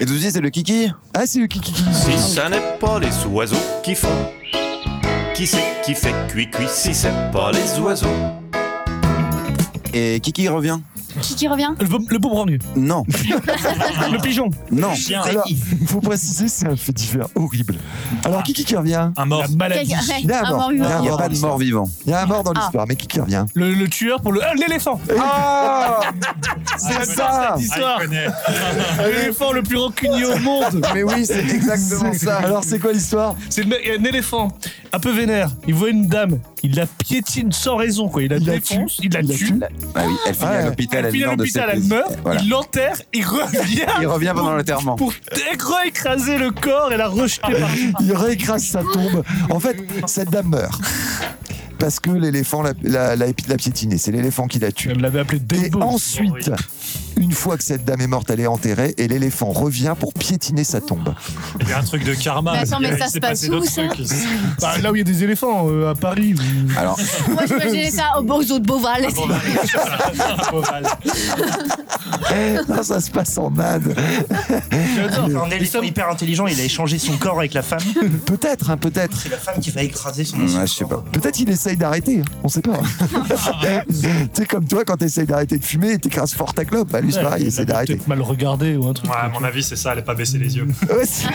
S7: Et tout de suite, c'est le kiki
S5: Ah, c'est le kiki.
S1: Si ça n'est pas les oiseaux qui font, qui c'est qui fait cuicui si c'est pas les oiseaux
S7: Et Kiki revient
S4: Qui, qui revient
S6: Le, bo- le boomerang.
S7: Non,
S6: Le pigeon.
S7: non.
S9: Chien.
S5: Alors, il faut préciser, c'est un fait divers horrible. Alors, qui qui revient
S9: Ah. Un mort.
S6: La maladie.
S4: Quelqu'un-
S5: Il y a un
S4: un
S5: mort.
S4: mort vivant.
S7: Il
S5: Il
S7: n'y a pas de mort vivant.
S5: Il y a un mort dans
S4: Ah.
S5: l'histoire, mais qui qui revient
S6: Le, le tueur pour le. Ah, l'éléphant.
S5: Ah C'est ça
S6: Histoire.
S9: Ah, il connaît.
S6: L'éléphant le plus rancunier au monde.
S5: Mais oui, c'est exactement ça. Alors c'est quoi l'histoire
S6: C'est le mec- il y a un éléphant un peu vénère. Il voit une dame. Il la piétine sans raison, quoi. Il la
S5: Il la
S6: défonce,
S5: tue.
S6: il la
S5: Il la
S6: tue.
S5: tue.
S7: Ah oui, elle finit
S5: Ouais.
S7: à l'hôpital,
S6: Elle
S7: elle,
S6: finit à
S7: meurt de
S6: l'hôpital, elle
S7: sepsis.
S6: meurt,
S7: Voilà.
S6: il l'enterre, il revient.
S7: Il revient
S6: pour-
S7: pendant l'enterrement.
S6: Pour écraser le corps et la rejeter par
S5: Il réécrase sa tombe. En fait, cette dame meurt. Parce que l'éléphant l'a, l'a- l'a- l'a piétinée. C'est l'éléphant qui la tue.
S6: Elle l'avait appelé
S5: Et
S6: Dumbo.
S5: ensuite, une fois que cette dame est morte, elle est enterrée et l'éléphant revient pour piétiner sa tombe.
S9: Il y a un truc de karma.
S4: Mais attends, mais
S9: Il
S4: ça
S9: s'est
S4: se passe
S9: passé
S4: où,
S9: d'autres
S4: ça
S9: trucs.
S6: Bah, là où il y a des éléphants, euh, à Paris. ou-
S7: Alors,
S4: Moi, je imaginais ça au Borzo de Beauval.
S5: Non, ça se passe en Inde.
S6: J'adore.
S3: Un éléphant hyper intelligent, il a échangé son corps avec la femme.
S5: Peut-être, hein, peut-être.
S3: C'est la femme qui va écraser son
S7: ouais,
S3: ancien
S7: je sais
S3: corps.
S7: pas.
S5: Peut-être il essaye d'arrêter. hein, On sait pas. c'est comme toi quand t'essayes d'arrêter de fumer et t'écrases fort ta clope. Bah, lui, c'est pareil, il essaie
S6: l'avait
S5: d'arrêter.
S6: peut-être mal regardé ou un truc.
S9: Ouais, à mon avis, c'est ça. Elle a pas baissé les yeux.
S5: Ouais, c'est-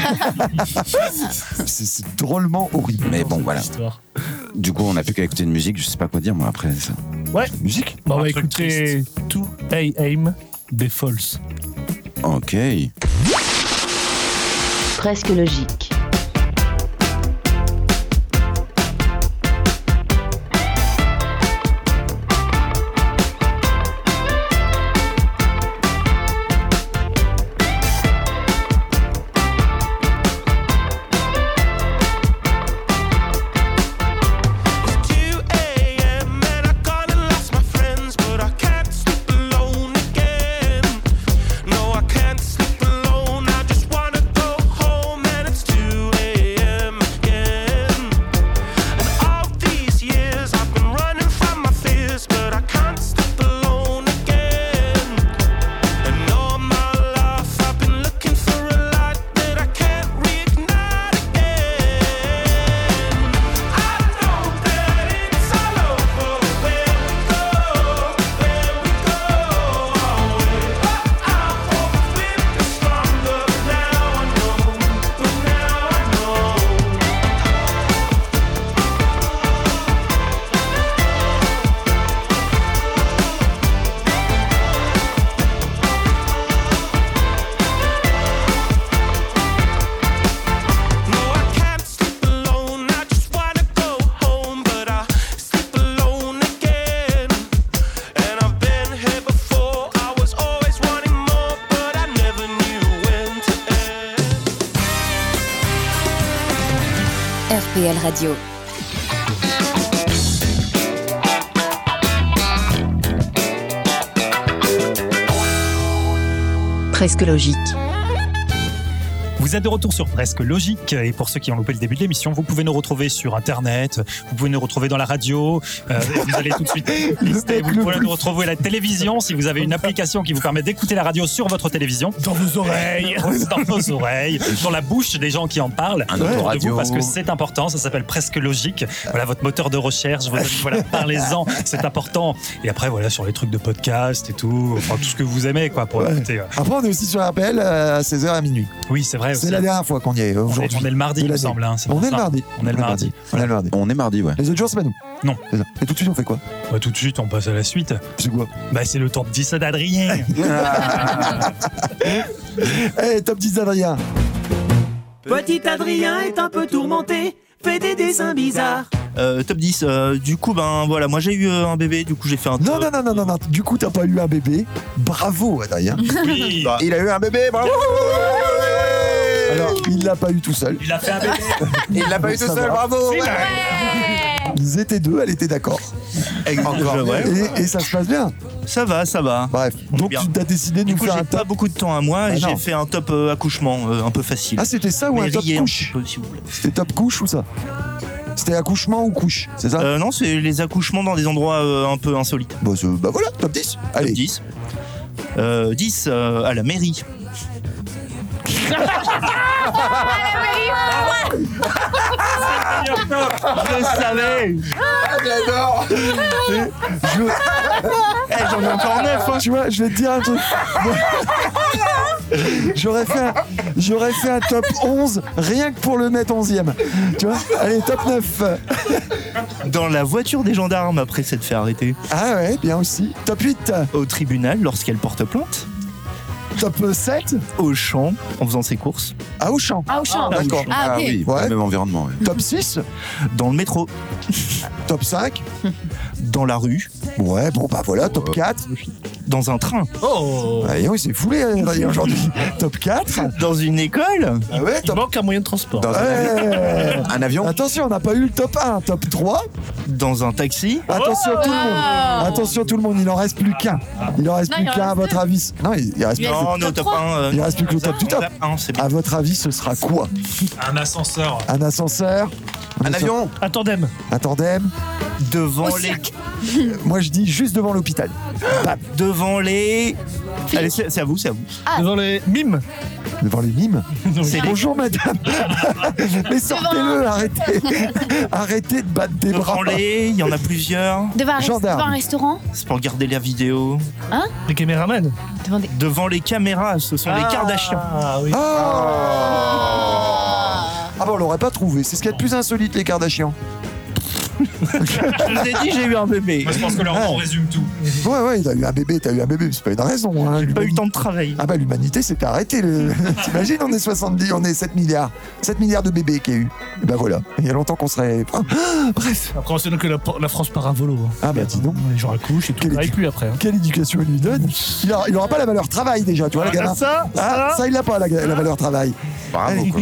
S5: c'est c'est drôlement horrible.
S7: Mais bon,
S6: Cette
S7: voilà.
S6: histoire.
S7: Du coup, on n'a plus qu'à écouter une musique, je sais pas quoi dire moi après ça.
S5: Musique
S6: Bon, bah, on va
S9: Un truc
S6: écouter To A.M. des Falls.
S7: Ok.
S2: Presque logique. RPL Radio. Presque logique.
S9: Vous êtes de retour sur Presque Logique. Et pour ceux qui ont loupé le début de l'émission, vous pouvez nous retrouver sur Internet, vous pouvez nous retrouver dans la radio. euh, vous allez tout de suite lister. Vous pouvez nous retrouver à la télévision si vous avez une application qui vous permet d'écouter la radio sur votre télévision. Dans vos oreilles. dans vos oreilles. Dans la bouche des gens qui en parlent.
S7: Un
S9: Autour de vous,
S7: autoradio.
S9: Parce que c'est important. Ça s'appelle Presque Logique. Voilà votre moteur de recherche. vos amis, voilà, parlez-en. C'est important. Et après, voilà, sur les trucs de podcast et tout. Enfin, tout ce que vous aimez, quoi, pour
S5: Ouais.
S9: écouter. euh,
S5: Après, on est aussi sur RPL à 16h à minuit.
S9: Oui, c'est vrai.
S5: C'est la dernière fois qu'on y est
S9: On
S5: aujourd'hui.
S9: est, on est le mardi,
S5: De
S9: il me
S5: l'année.
S9: semble. hein, c'est
S5: On
S9: pour
S5: est le
S9: ça.
S5: mardi.
S9: On est le mardi.
S5: On est le mardi.
S7: On est mardi, ouais.
S5: Les autres jours, c'est pas nous.
S9: Non.
S5: C'est ça. Et tout de suite, on fait quoi
S9: Bah, tout de suite, on passe à la suite.
S5: C'est quoi
S9: Bah, c'est Ah, le temps de 10 d'Adrien.
S5: Eh, top 10 Adrien
S13: Petit Adrien est un peu tourmenté, fait des dessins bizarres.
S3: Euh, top 10, euh, du coup, ben voilà, moi j'ai eu euh, un bébé, du coup j'ai fait un.
S5: Non, non, non, non, non, non. Du coup, t'as pas eu un bébé. Bravo, Adrien.
S9: Oui.
S3: Bah.
S5: Il a eu un bébé, bravo Alors, il l'a pas eu tout seul.
S9: Il a fait un bébé.
S7: Il l'a pas eu
S5: Ça
S7: tout seul,
S5: va. ben.
S7: bravo. ouais.
S5: Ils étaient deux, elle était d'accord.
S3: Encore, ouais.
S5: Et, et ça se passe bien.
S3: Ça va, ça va.
S5: Bref, donc
S3: bien.
S5: tu t'as décidé de
S3: Du
S5: nous
S3: coup,
S5: faire
S3: j'ai
S5: un
S3: pas beaucoup de temps à moi
S5: Ah,
S3: et j'ai
S5: non.
S3: fait un top euh, accouchement euh, un peu facile.
S5: Ah, c'était ça ou
S3: Mais
S5: un top
S3: riez un
S5: couche
S3: petit peu, s'il vous plaît.
S5: C'était top couche ou ça C'était accouchement ou couche C'est ça
S3: Euh, Non, c'est les accouchements dans des endroits euh, un peu insolites.
S5: Bah, c'est- bah voilà, top 10. Allez.
S3: Top 10. Euh, 10 euh, à la mairie.
S8: Je
S3: savais
S8: J'adore
S5: Eh, j'en ai encore neuf, hein. Tu vois, je vais te dire un truc. Moi, J'aurais fait, un- j'aurais fait un top 11 rien que pour le mettre 11ème. Tu vois Allez, top 9.
S3: Dans la voiture des gendarmes après s'être fait arrêter.
S5: Ah ouais, bien aussi. Top 8.
S3: Au tribunal lorsqu'elle porte plainte.
S5: Top 7.
S3: Au champ en faisant ses courses.
S5: Ah, au champ.
S4: Ah, au champ.
S5: D'accord.
S4: Ah, ok.
S7: oui,
S5: Ouais.
S7: même environnement. ouais.
S5: Top 6.
S3: Dans le métro.
S5: Top 5.
S3: Dans la rue.
S5: Ouais, bon, bah voilà, top 4.
S3: Dans un train.
S6: Oh
S5: Ah, oui, c'est foulé hein, Adrien, aujourd'hui. top 4.
S3: Dans une école.
S5: Ah ouais,
S6: Il
S5: top
S6: manque un moyen de transport.
S7: Dans un avion.
S5: Ouais.
S7: Un avion
S5: Attention, on n'a pas eu le top 1, top 3.
S3: Dans un taxi. Oh.
S5: Attention tout le monde.
S4: Wow.
S5: Attention tout le monde, il en reste plus qu'un. Il en reste
S4: Non,
S5: plus
S4: il en
S5: qu'un à
S4: reste
S5: votre
S4: deux.
S5: avis. Non, il, il reste
S4: Il
S5: plus
S4: reste-
S3: Non, on est au
S4: Top
S3: top
S4: trois.
S3: 1. euh,
S5: Il reste plus que le top du top.
S3: Ah, c'est bien.
S5: À votre avis, ce sera quoi
S9: Un ascenseur.
S5: Un ascenseur On
S7: Un
S5: est sur-
S7: avion
S6: Un tandem.
S5: Un tandem
S3: Devant les. Ah,
S5: Moi, je dis juste devant l'hôpital. Bam.
S3: Devant les. Allez, c'est c'est à vous, c'est à vous.
S6: Devant les mimes.
S5: Ah. Devant les mimes
S3: C'est les-
S5: Bonjour madame Mais sortez-le, arrêtez Arrêtez de battre des bras
S3: Devant les. Il y en a plusieurs.
S4: Devant un, rest-
S5: Gendarme.
S4: devant un restaurant hein
S3: C'est pour garder la vidéo.
S6: Les caméramans.
S4: Devant des.
S3: Devant les caméras, ce sont les Kardashians.
S6: Ah oui.
S5: Ah Ah bah on l'aurait pas trouvé, c'est ce qu'il y a de plus insolite les Kardashians.
S3: Je vous ai dit, j'ai eu un bébé.
S9: Moi, je pense que leur nom résume tout.
S5: Ouais ouais, t'as eu un bébé, t'as eu un bébé, mais c'est pas une raison. hein.
S3: J'ai pas eu le temps de travailler.
S5: Ah bah l'humanité s'est arrêtée. le- T'imagines, on est 70, on est 7 milliards. 7 milliards de bébés qu'il y a eu. Et bah voilà, il y a longtemps qu'on serait... Ah, Bref.
S6: Après, on sait donc que la, la France part à volo. hein.
S5: Ah bah dis donc.
S6: Les gens accouchent et tout.
S5: Quel
S6: On n'arrive
S5: étu-
S6: plus après. hein.
S5: Quelle éducation il lui donne il aura, il aura pas la valeur travail déjà, tu vois, le gamin.
S6: ça,
S5: Ah, ça, il a pas la, la valeur travail.
S7: Bravo.
S5: Allez.
S7: Quoi.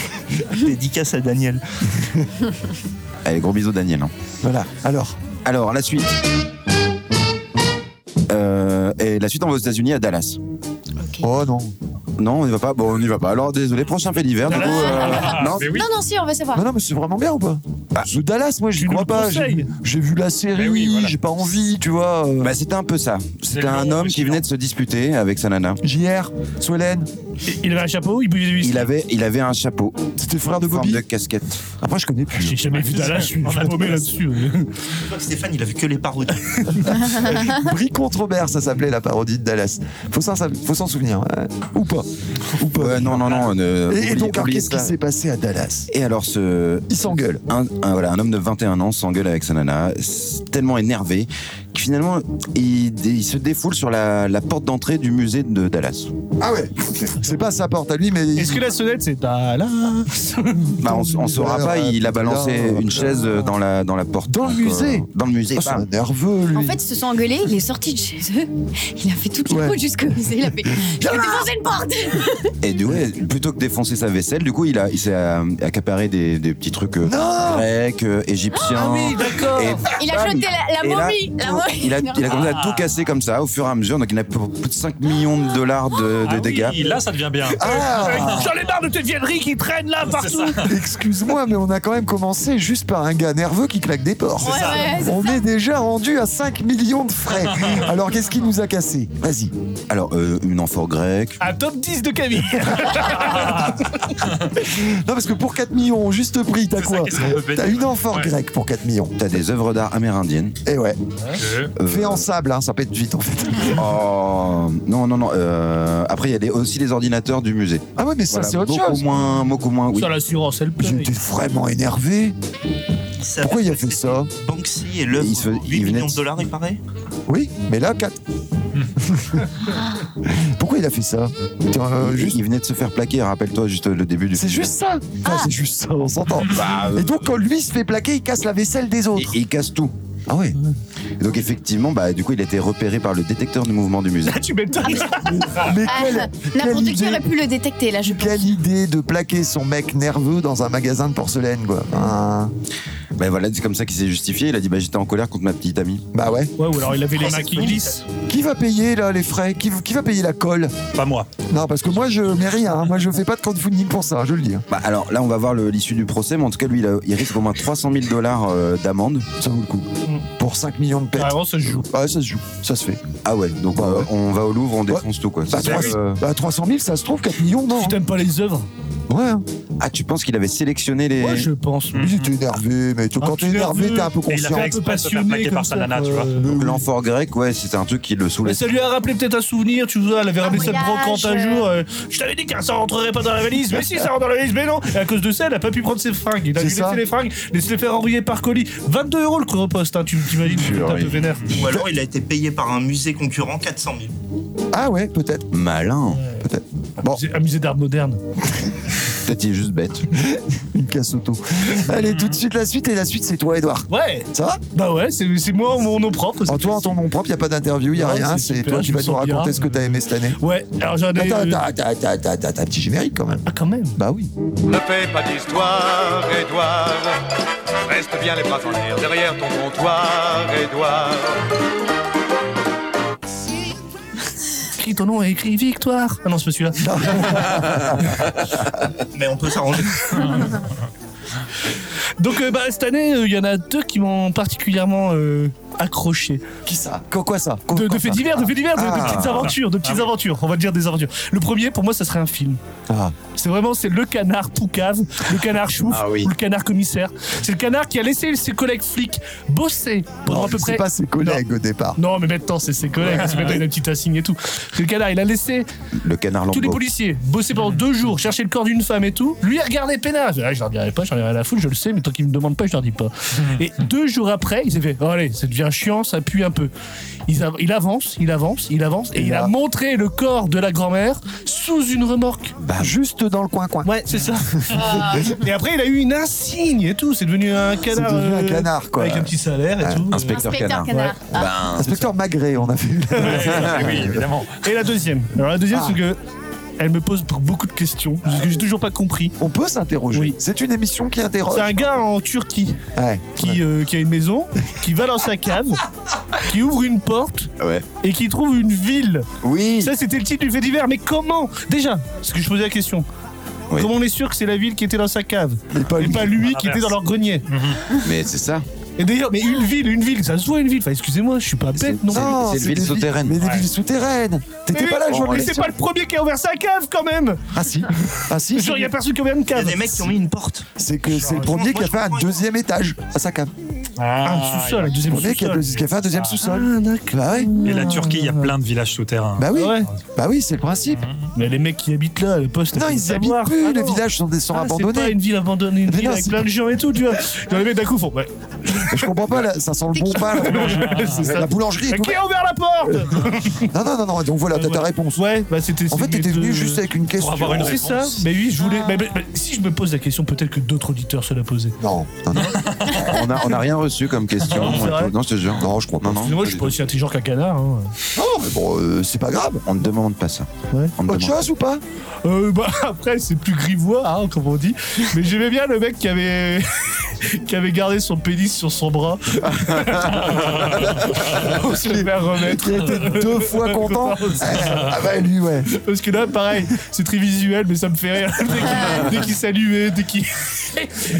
S3: Dédicace à Daniel.
S7: Allez, gros bisous, Daniel. hein.
S5: Voilà, alors.
S7: Alors, la suite. Euh, et la suite, on va aux États-Unis à Dallas.
S5: Oh non.
S7: Non, on y va pas. Bon, on y va pas. Alors, désolé, prochain fait d'hiver. Du coup, euh, non,
S9: mais oui.
S4: Non, non, si, on va savoir.
S5: Non, non, mais c'est vraiment bien ou pas Sous Dallas, moi, je
S6: nous
S5: crois
S6: le
S5: pas.
S6: conseilles.
S5: J'ai j'ai vu la série,
S9: Mais oui, voilà.
S5: j'ai pas envie, tu vois. euh,
S7: Bah, c'était un peu ça. C'était
S9: le
S7: un
S9: long
S7: homme qui
S9: continent.
S7: venait de se disputer avec sa nana.
S5: JR, Swellen,
S6: Il avait un chapeau, il buvait du whisky.
S7: Il avait, il avait un chapeau,
S5: c'était frère de
S7: forme
S5: Bobby.
S7: de casquette.
S5: Après, je connais plus.
S6: J'ai jamais vu Dallas, Ah, je suis je suis paumé là-dessus.
S3: Stéphane, il a vu que les parodies.
S5: Brie contre Robert, ça s'appelait la parodie de Dallas. Faut s'en faut s'en souvenir. hein. Ou pas. Ou pas.
S7: Ouais, non, non, non. ne-
S5: Et, et
S7: oublie-
S5: donc, alors,
S7: oublie
S5: qu'est-ce qui
S7: Euh, ça.
S5: s'est passé à Dallas
S7: Et alors, ce,
S5: Ils s'engueulent.
S7: un, un- voilà, un homme de 21 ans s'engueule avec sa nana, s- tellement énervé, que finalement, il, il se défoule sur la, la porte d'entrée du musée de Dallas.
S5: Ah ouais C'est pas sa porte à lui, mais.
S6: Est-ce que la sonnette, c'est Dallas
S7: Bah, on, on saura pas, il a balancé une chaise dans la, dans la porte.
S5: Dans le
S7: Donc, euh,
S5: musée
S7: Dans le musée,
S5: Oh, c'est
S7: bam.
S5: un nerveux, lui.
S4: En fait, ils se sont engueulés, il est sorti de chez eux, il a fait toute la
S5: Ouais.
S4: route jusqu'au musée, il a fait Je vais défoncer une porte
S7: Et du coup, plutôt que défoncer sa vaisselle, du coup, il, a, il s'est euh, accaparé des, des petits trucs euh,
S5: Non
S11: Ah
S7: grecs, euh, égyptiens.
S6: d'accord
S7: Et
S4: Il a
S7: bam.
S4: jeté la, la
S7: Et là,
S4: momie La
S7: Il a, il a commencé
S11: Ah.
S7: à tout casser comme ça au fur et à mesure, donc il a pour plus de 5 millions de dollars de, de dégâts.
S9: là, ça devient bien.
S7: Ah.
S6: J'en ai marre de tes vienneries qui traînent là partout.
S5: Excuse-moi, mais on a quand même commencé juste par un gars nerveux qui claque des portes.
S6: C'est ça. Ouais, ouais, c'est
S5: on est déjà rendu à 5 millions de frais. Alors qu'est-ce qui nous a cassé Vas-y.
S7: Alors, euh, une amphore grecque.
S6: Un top 10 de Camille.
S5: Non, parce que pour 4 millions, juste prix, t'as quoi
S7: qu'est-ce qu'on peut péter,
S5: T'as une
S7: ouais.
S5: amphore
S7: Ouais.
S5: grecque pour 4 millions.
S7: T'as des œuvres d'art amérindiennes.
S5: Et ouais.
S7: Euh,
S5: Fait en sable, hein, ça pète vite en fait.
S7: Oh, non, non, non. euh, après, il y a des- aussi les ordinateurs du musée.
S5: Ah ouais, mais ça, c'est autre
S7: beaucoup
S5: chose.
S7: Moins, beaucoup moins, oui.
S5: Sur
S6: l'assurance, elle
S7: plaît.
S5: J'étais vraiment énervé. Pourquoi il a fait ça
S3: Banksy et l'œuvre.
S7: Il se- il
S3: 8
S7: venait
S3: millions
S7: de-
S3: de dollars, il paraît
S5: Oui, mais là, 4. Pourquoi il a fait ça euh,
S7: Il- Il venait de se faire plaquer, rappelle-toi juste le début du
S5: C'est
S7: film.
S5: juste ça
S7: Ah.
S5: Enfin, C'est juste ça, on s'entend.
S7: Bah, euh,
S5: Et donc, quand lui se fait plaquer, il casse la vaisselle des autres.
S7: Et il casse tout.
S5: Ah ouais.
S7: Et donc effectivement, bah du coup, il a été repéré par le détecteur du mouvement du musée.
S6: Ah, tu m'étonnes.
S5: Mais
S4: Ah,
S5: quelle, quelle
S4: N'importe qui
S5: idée,
S4: aurait pu le détecter là, je pense.
S5: quelle idée de plaquer son mec nerveux dans un magasin de porcelaine, quoi. Hein.
S7: Bah voilà, c'est comme ça qu'il s'est justifié. Il a dit bah j'étais en colère contre ma petite amie.
S5: Bah ouais.
S6: Ouais, ou alors il avait les mains qui glissent.
S5: Qui va payer là les frais qui, qui va payer la colle
S9: Pas moi.
S5: Non, parce que moi je mets rien. hein. Moi je fais pas de crowdfunding pour ça, je le dis. hein.
S7: Bah alors là, on va voir le- l'issue du procès, mais en tout cas, lui, il, a- il risque au moins 300 000 dollars euh, d'amende.
S5: Ça vaut le coup. Pour 5 millions de pètes.
S6: Mm. Ah, Vraiment, ça se joue.
S5: Ouais, ça se joue, ça se fait.
S7: Ah ouais, donc euh, on va au Louvre, on défonce tout quoi.
S5: Bah,
S7: C'est ça,
S5: 300
S7: euh,
S5: bah, 300 000, ça se trouve, 4 millions, non.
S6: Tu t'aimes pas les œuvres
S5: Ouais. hein.
S7: Ah, tu penses qu'il avait sélectionné les.
S6: Ouais, je pense. Mm-hmm.
S5: Il était énervé, mais tu-
S6: Ah,
S5: quand
S6: tu
S5: t'es
S6: es
S5: énervé,
S6: nerveux.
S5: t'es un peu
S6: Et il a
S5: conscient. euh,
S6: fait exprès de se faire plaquer par sa nana, tu vois.
S7: Donc, L'enfort grec, ouais, c'était un truc qui le
S6: Mais
S7: soulève.
S6: ça lui a rappelé peut-être un souvenir, tu vois, elle avait ramené cette
S4: voyage,
S6: brocante un
S4: euh.
S6: jour. euh, je t'avais dit que ça rentrerait pas dans la valise, mais si ça rentre dans la valise, mais non Et à cause de ça, elle a pas pu prendre ses fringues. Il a
S5: C'est
S6: dû
S5: ça.
S6: laisser les fringues, laisser les faire enrouiller par colis. 22 euros le chronopost, hein, tu t'imagines, tu un peu vénère.
S3: Ou alors il a été payé par un musée concurrent 400 000.
S5: Ah ouais, peut-être.
S7: Malin.
S5: Bon,
S6: C'est un musée d'art moderne.
S7: Peut-être il est juste bête.
S5: une casse auto. Allez, tout de suite la suite, et la suite, c'est toi, Edouard.
S6: Ouais
S5: Ça va
S6: Bah ouais, c'est c'est moi, mon nom propre.
S5: En
S6: c'est-
S5: toi, en ton nom propre, y a pas d'interview, y a
S6: Non,
S5: rien.
S6: c'est
S5: C'est
S6: super,
S5: toi qui
S6: je
S5: vas
S6: me
S5: nous
S6: sens
S5: raconter
S6: bien,
S5: ce que
S6: mais-
S5: t'as aimé cette année.
S6: Ouais, alors j'en ai.
S5: Attends,
S6: euh,
S5: attends, attends, attends, attends, t'as un petit générique quand même.
S6: Ah, quand même
S5: Bah oui.
S8: Ne fais pas d'histoire, Edouard. Reste bien les bras en l'air derrière ton comptoir, Edouard.
S6: Écris ton nom et écris victoire. Ah non, c'est pas celui-là.
S3: Mais on peut s'arranger.
S6: Donc euh, bah, cette année, il y en a deux qui m'ont particulièrement euh, accroché.
S5: Qui ça Quoi, quoi ça Quoi-
S6: De, de
S5: quoi
S6: faits
S5: ça
S6: divers, de faits divers, de, de
S5: Ah.
S6: petites aventures, de petites aventures. On va dire des aventures. Le premier, pour moi, ça serait un film.
S5: Ah.
S6: C'est vraiment c'est le canard poucave, le canard chouf
S7: Ah oui.
S6: ou le canard commissaire. C'est le canard qui a laissé ses collègues flics bosser pendant
S5: Non,
S6: à peu
S5: c'est
S6: près.
S5: pas ses collègues au départ.
S6: Non, mais maintenant c'est ses collègues. parce que Maintenant il a une petite insigne et tout. C'est le canard. Il a laissé
S7: Le canard
S6: tous les
S7: lambeau.
S6: policiers bosser pendant deux jours, chercher le corps d'une femme et tout. Lui, il regardait peinard. Il fait, Ah, je leur dirai pas, j'en ai rien à la foule, je le sais, mais tant qu'ils me demandent pas, je leur dis pas. Et deux jours après, il s'est fait oh, Allez, ça devient chiant, ça pue un peu. Il, a- il avance, il avance, il avance, et il a montré le corps de la grand-mère sous une remorque.
S5: Juste dans le coin-coin.
S6: Ouais, c'est ça. et après, il a eu une insigne et tout. C'est devenu un canard.
S5: devenu un
S6: euh,
S5: canard, quoi.
S6: Avec un petit salaire et tout.
S7: Inspecteur
S4: Inspecteur
S7: canard.
S4: canard. Ah.
S7: Ben,
S5: Inspecteur Magré, on a fait.
S9: oui, évidemment.
S6: Et la deuxième. Alors, la deuxième,
S5: Ah.
S6: c'est que. Elle me pose beaucoup de questions, parce que j'ai toujours pas compris.
S5: On peut s'interroger.
S6: Oui.
S5: C'est une émission qui interroge.
S6: C'est un gars en Turquie
S5: Ouais.
S6: qui, euh, qui a une maison, qui va dans sa cave, qui ouvre une porte
S7: ouais.
S6: et qui trouve une ville.
S7: Oui.
S6: Ça, c'était le titre du fait divers. Mais comment Déjà, parce que je posais la question.
S7: Oui.
S6: Comment on est sûr que c'est la ville qui était dans sa cave
S5: Mais pas
S6: et
S5: lui.
S6: pas lui qui était dans leur grenier
S7: Mais c'est ça.
S6: Et d'ailleurs, mais une ville, une ville, ça se voit une ville. Enfin, excusez-moi, je suis pas bête, non
S5: Non,
S7: c'est une ville
S5: des villes-
S7: souterraine.
S5: Mais des
S7: Ouais.
S5: villes souterraines.
S6: Mais
S5: T'étais
S6: oui, Oh,
S5: pas là, je vois
S6: mais
S5: les
S6: c'est pas le premier qui a ouvert sa cave quand même
S5: Ah si. Ah si.
S6: Genre, il y a personne qui a ouvert une
S3: Il y a
S6: cave.
S3: des mecs qui ont mis une porte.
S5: C'est que c'est le premier qui a fait un deuxième étage à sa cave.
S6: Ah, un sous-sol, un
S5: Le
S6: deuxième
S5: premier qui a,
S6: sous-sol.
S5: qui a fait un deuxième
S6: Ah,
S5: sous-sol. Bah ouais.
S9: Ah, Et la Turquie, il y a plein de villages souterrains.
S5: Bah oui.
S6: Ah Ouais. Mmh.
S5: Bah oui, c'est le principe.
S6: Mais les mecs qui habitent là, Ah, le poste.
S5: Non,
S6: faut
S5: ils
S6: le
S5: y habitent
S6: savoir.
S5: plus.
S6: Ah
S5: Les
S6: non.
S5: villages sont, des- sont
S6: Ah, C'est pas
S5: abandonnés.
S6: une ville abandonnée, une
S5: Mais
S6: ville
S5: non,
S6: avec
S5: c'est-
S6: plein de gens et tout, tu vois. Genre, les mecs d'un coup font. ouais.
S5: Je comprends pas. là, ça sent le bon pain. La boulangerie, la boulangerie est
S6: Qui
S5: ouverte.
S6: a ouvert la porte
S5: Non, non, non, non. Donc voilà, t'as
S6: Ouais.
S5: ta réponse.
S6: Ouais, bah c'était.
S5: En fait,
S6: c'était
S5: t'étais
S6: de-
S5: venu juste avec une question.
S9: avoir une
S6: C'est ça Ah.
S9: réponse.
S6: Mais oui, je voulais. mais- mais- mais si je me pose la question, peut-être que d'autres auditeurs se la posaient.
S5: Non, non, non.
S7: On a, on a rien reçu comme question.
S6: Ah, c'est vrai
S7: non, je te jure.
S5: Non, je crois pas.
S7: Non, non.
S6: Moi, je suis pas aussi intelligent qu'un canard. hein.
S5: Non, mais bon, euh, c'est pas grave.
S7: On ne demande pas ça.
S6: Ouais.
S7: On ne
S5: Autre
S7: demande pas.
S5: chose ou pas
S6: Euh, bah, après, c'est plus grivois, hein, comme on dit. Mais j'aimais bien le mec qui avait. qui avait gardé son pénis sur son bras. Pour se le faire remettre.
S5: Qui était deux fois content. Ah bah lui, ouais.
S6: Parce que là, pareil, c'est très visuel, mais ça me fait rire. Dès qu'il- Dès qu'il saluait, dès qu'il.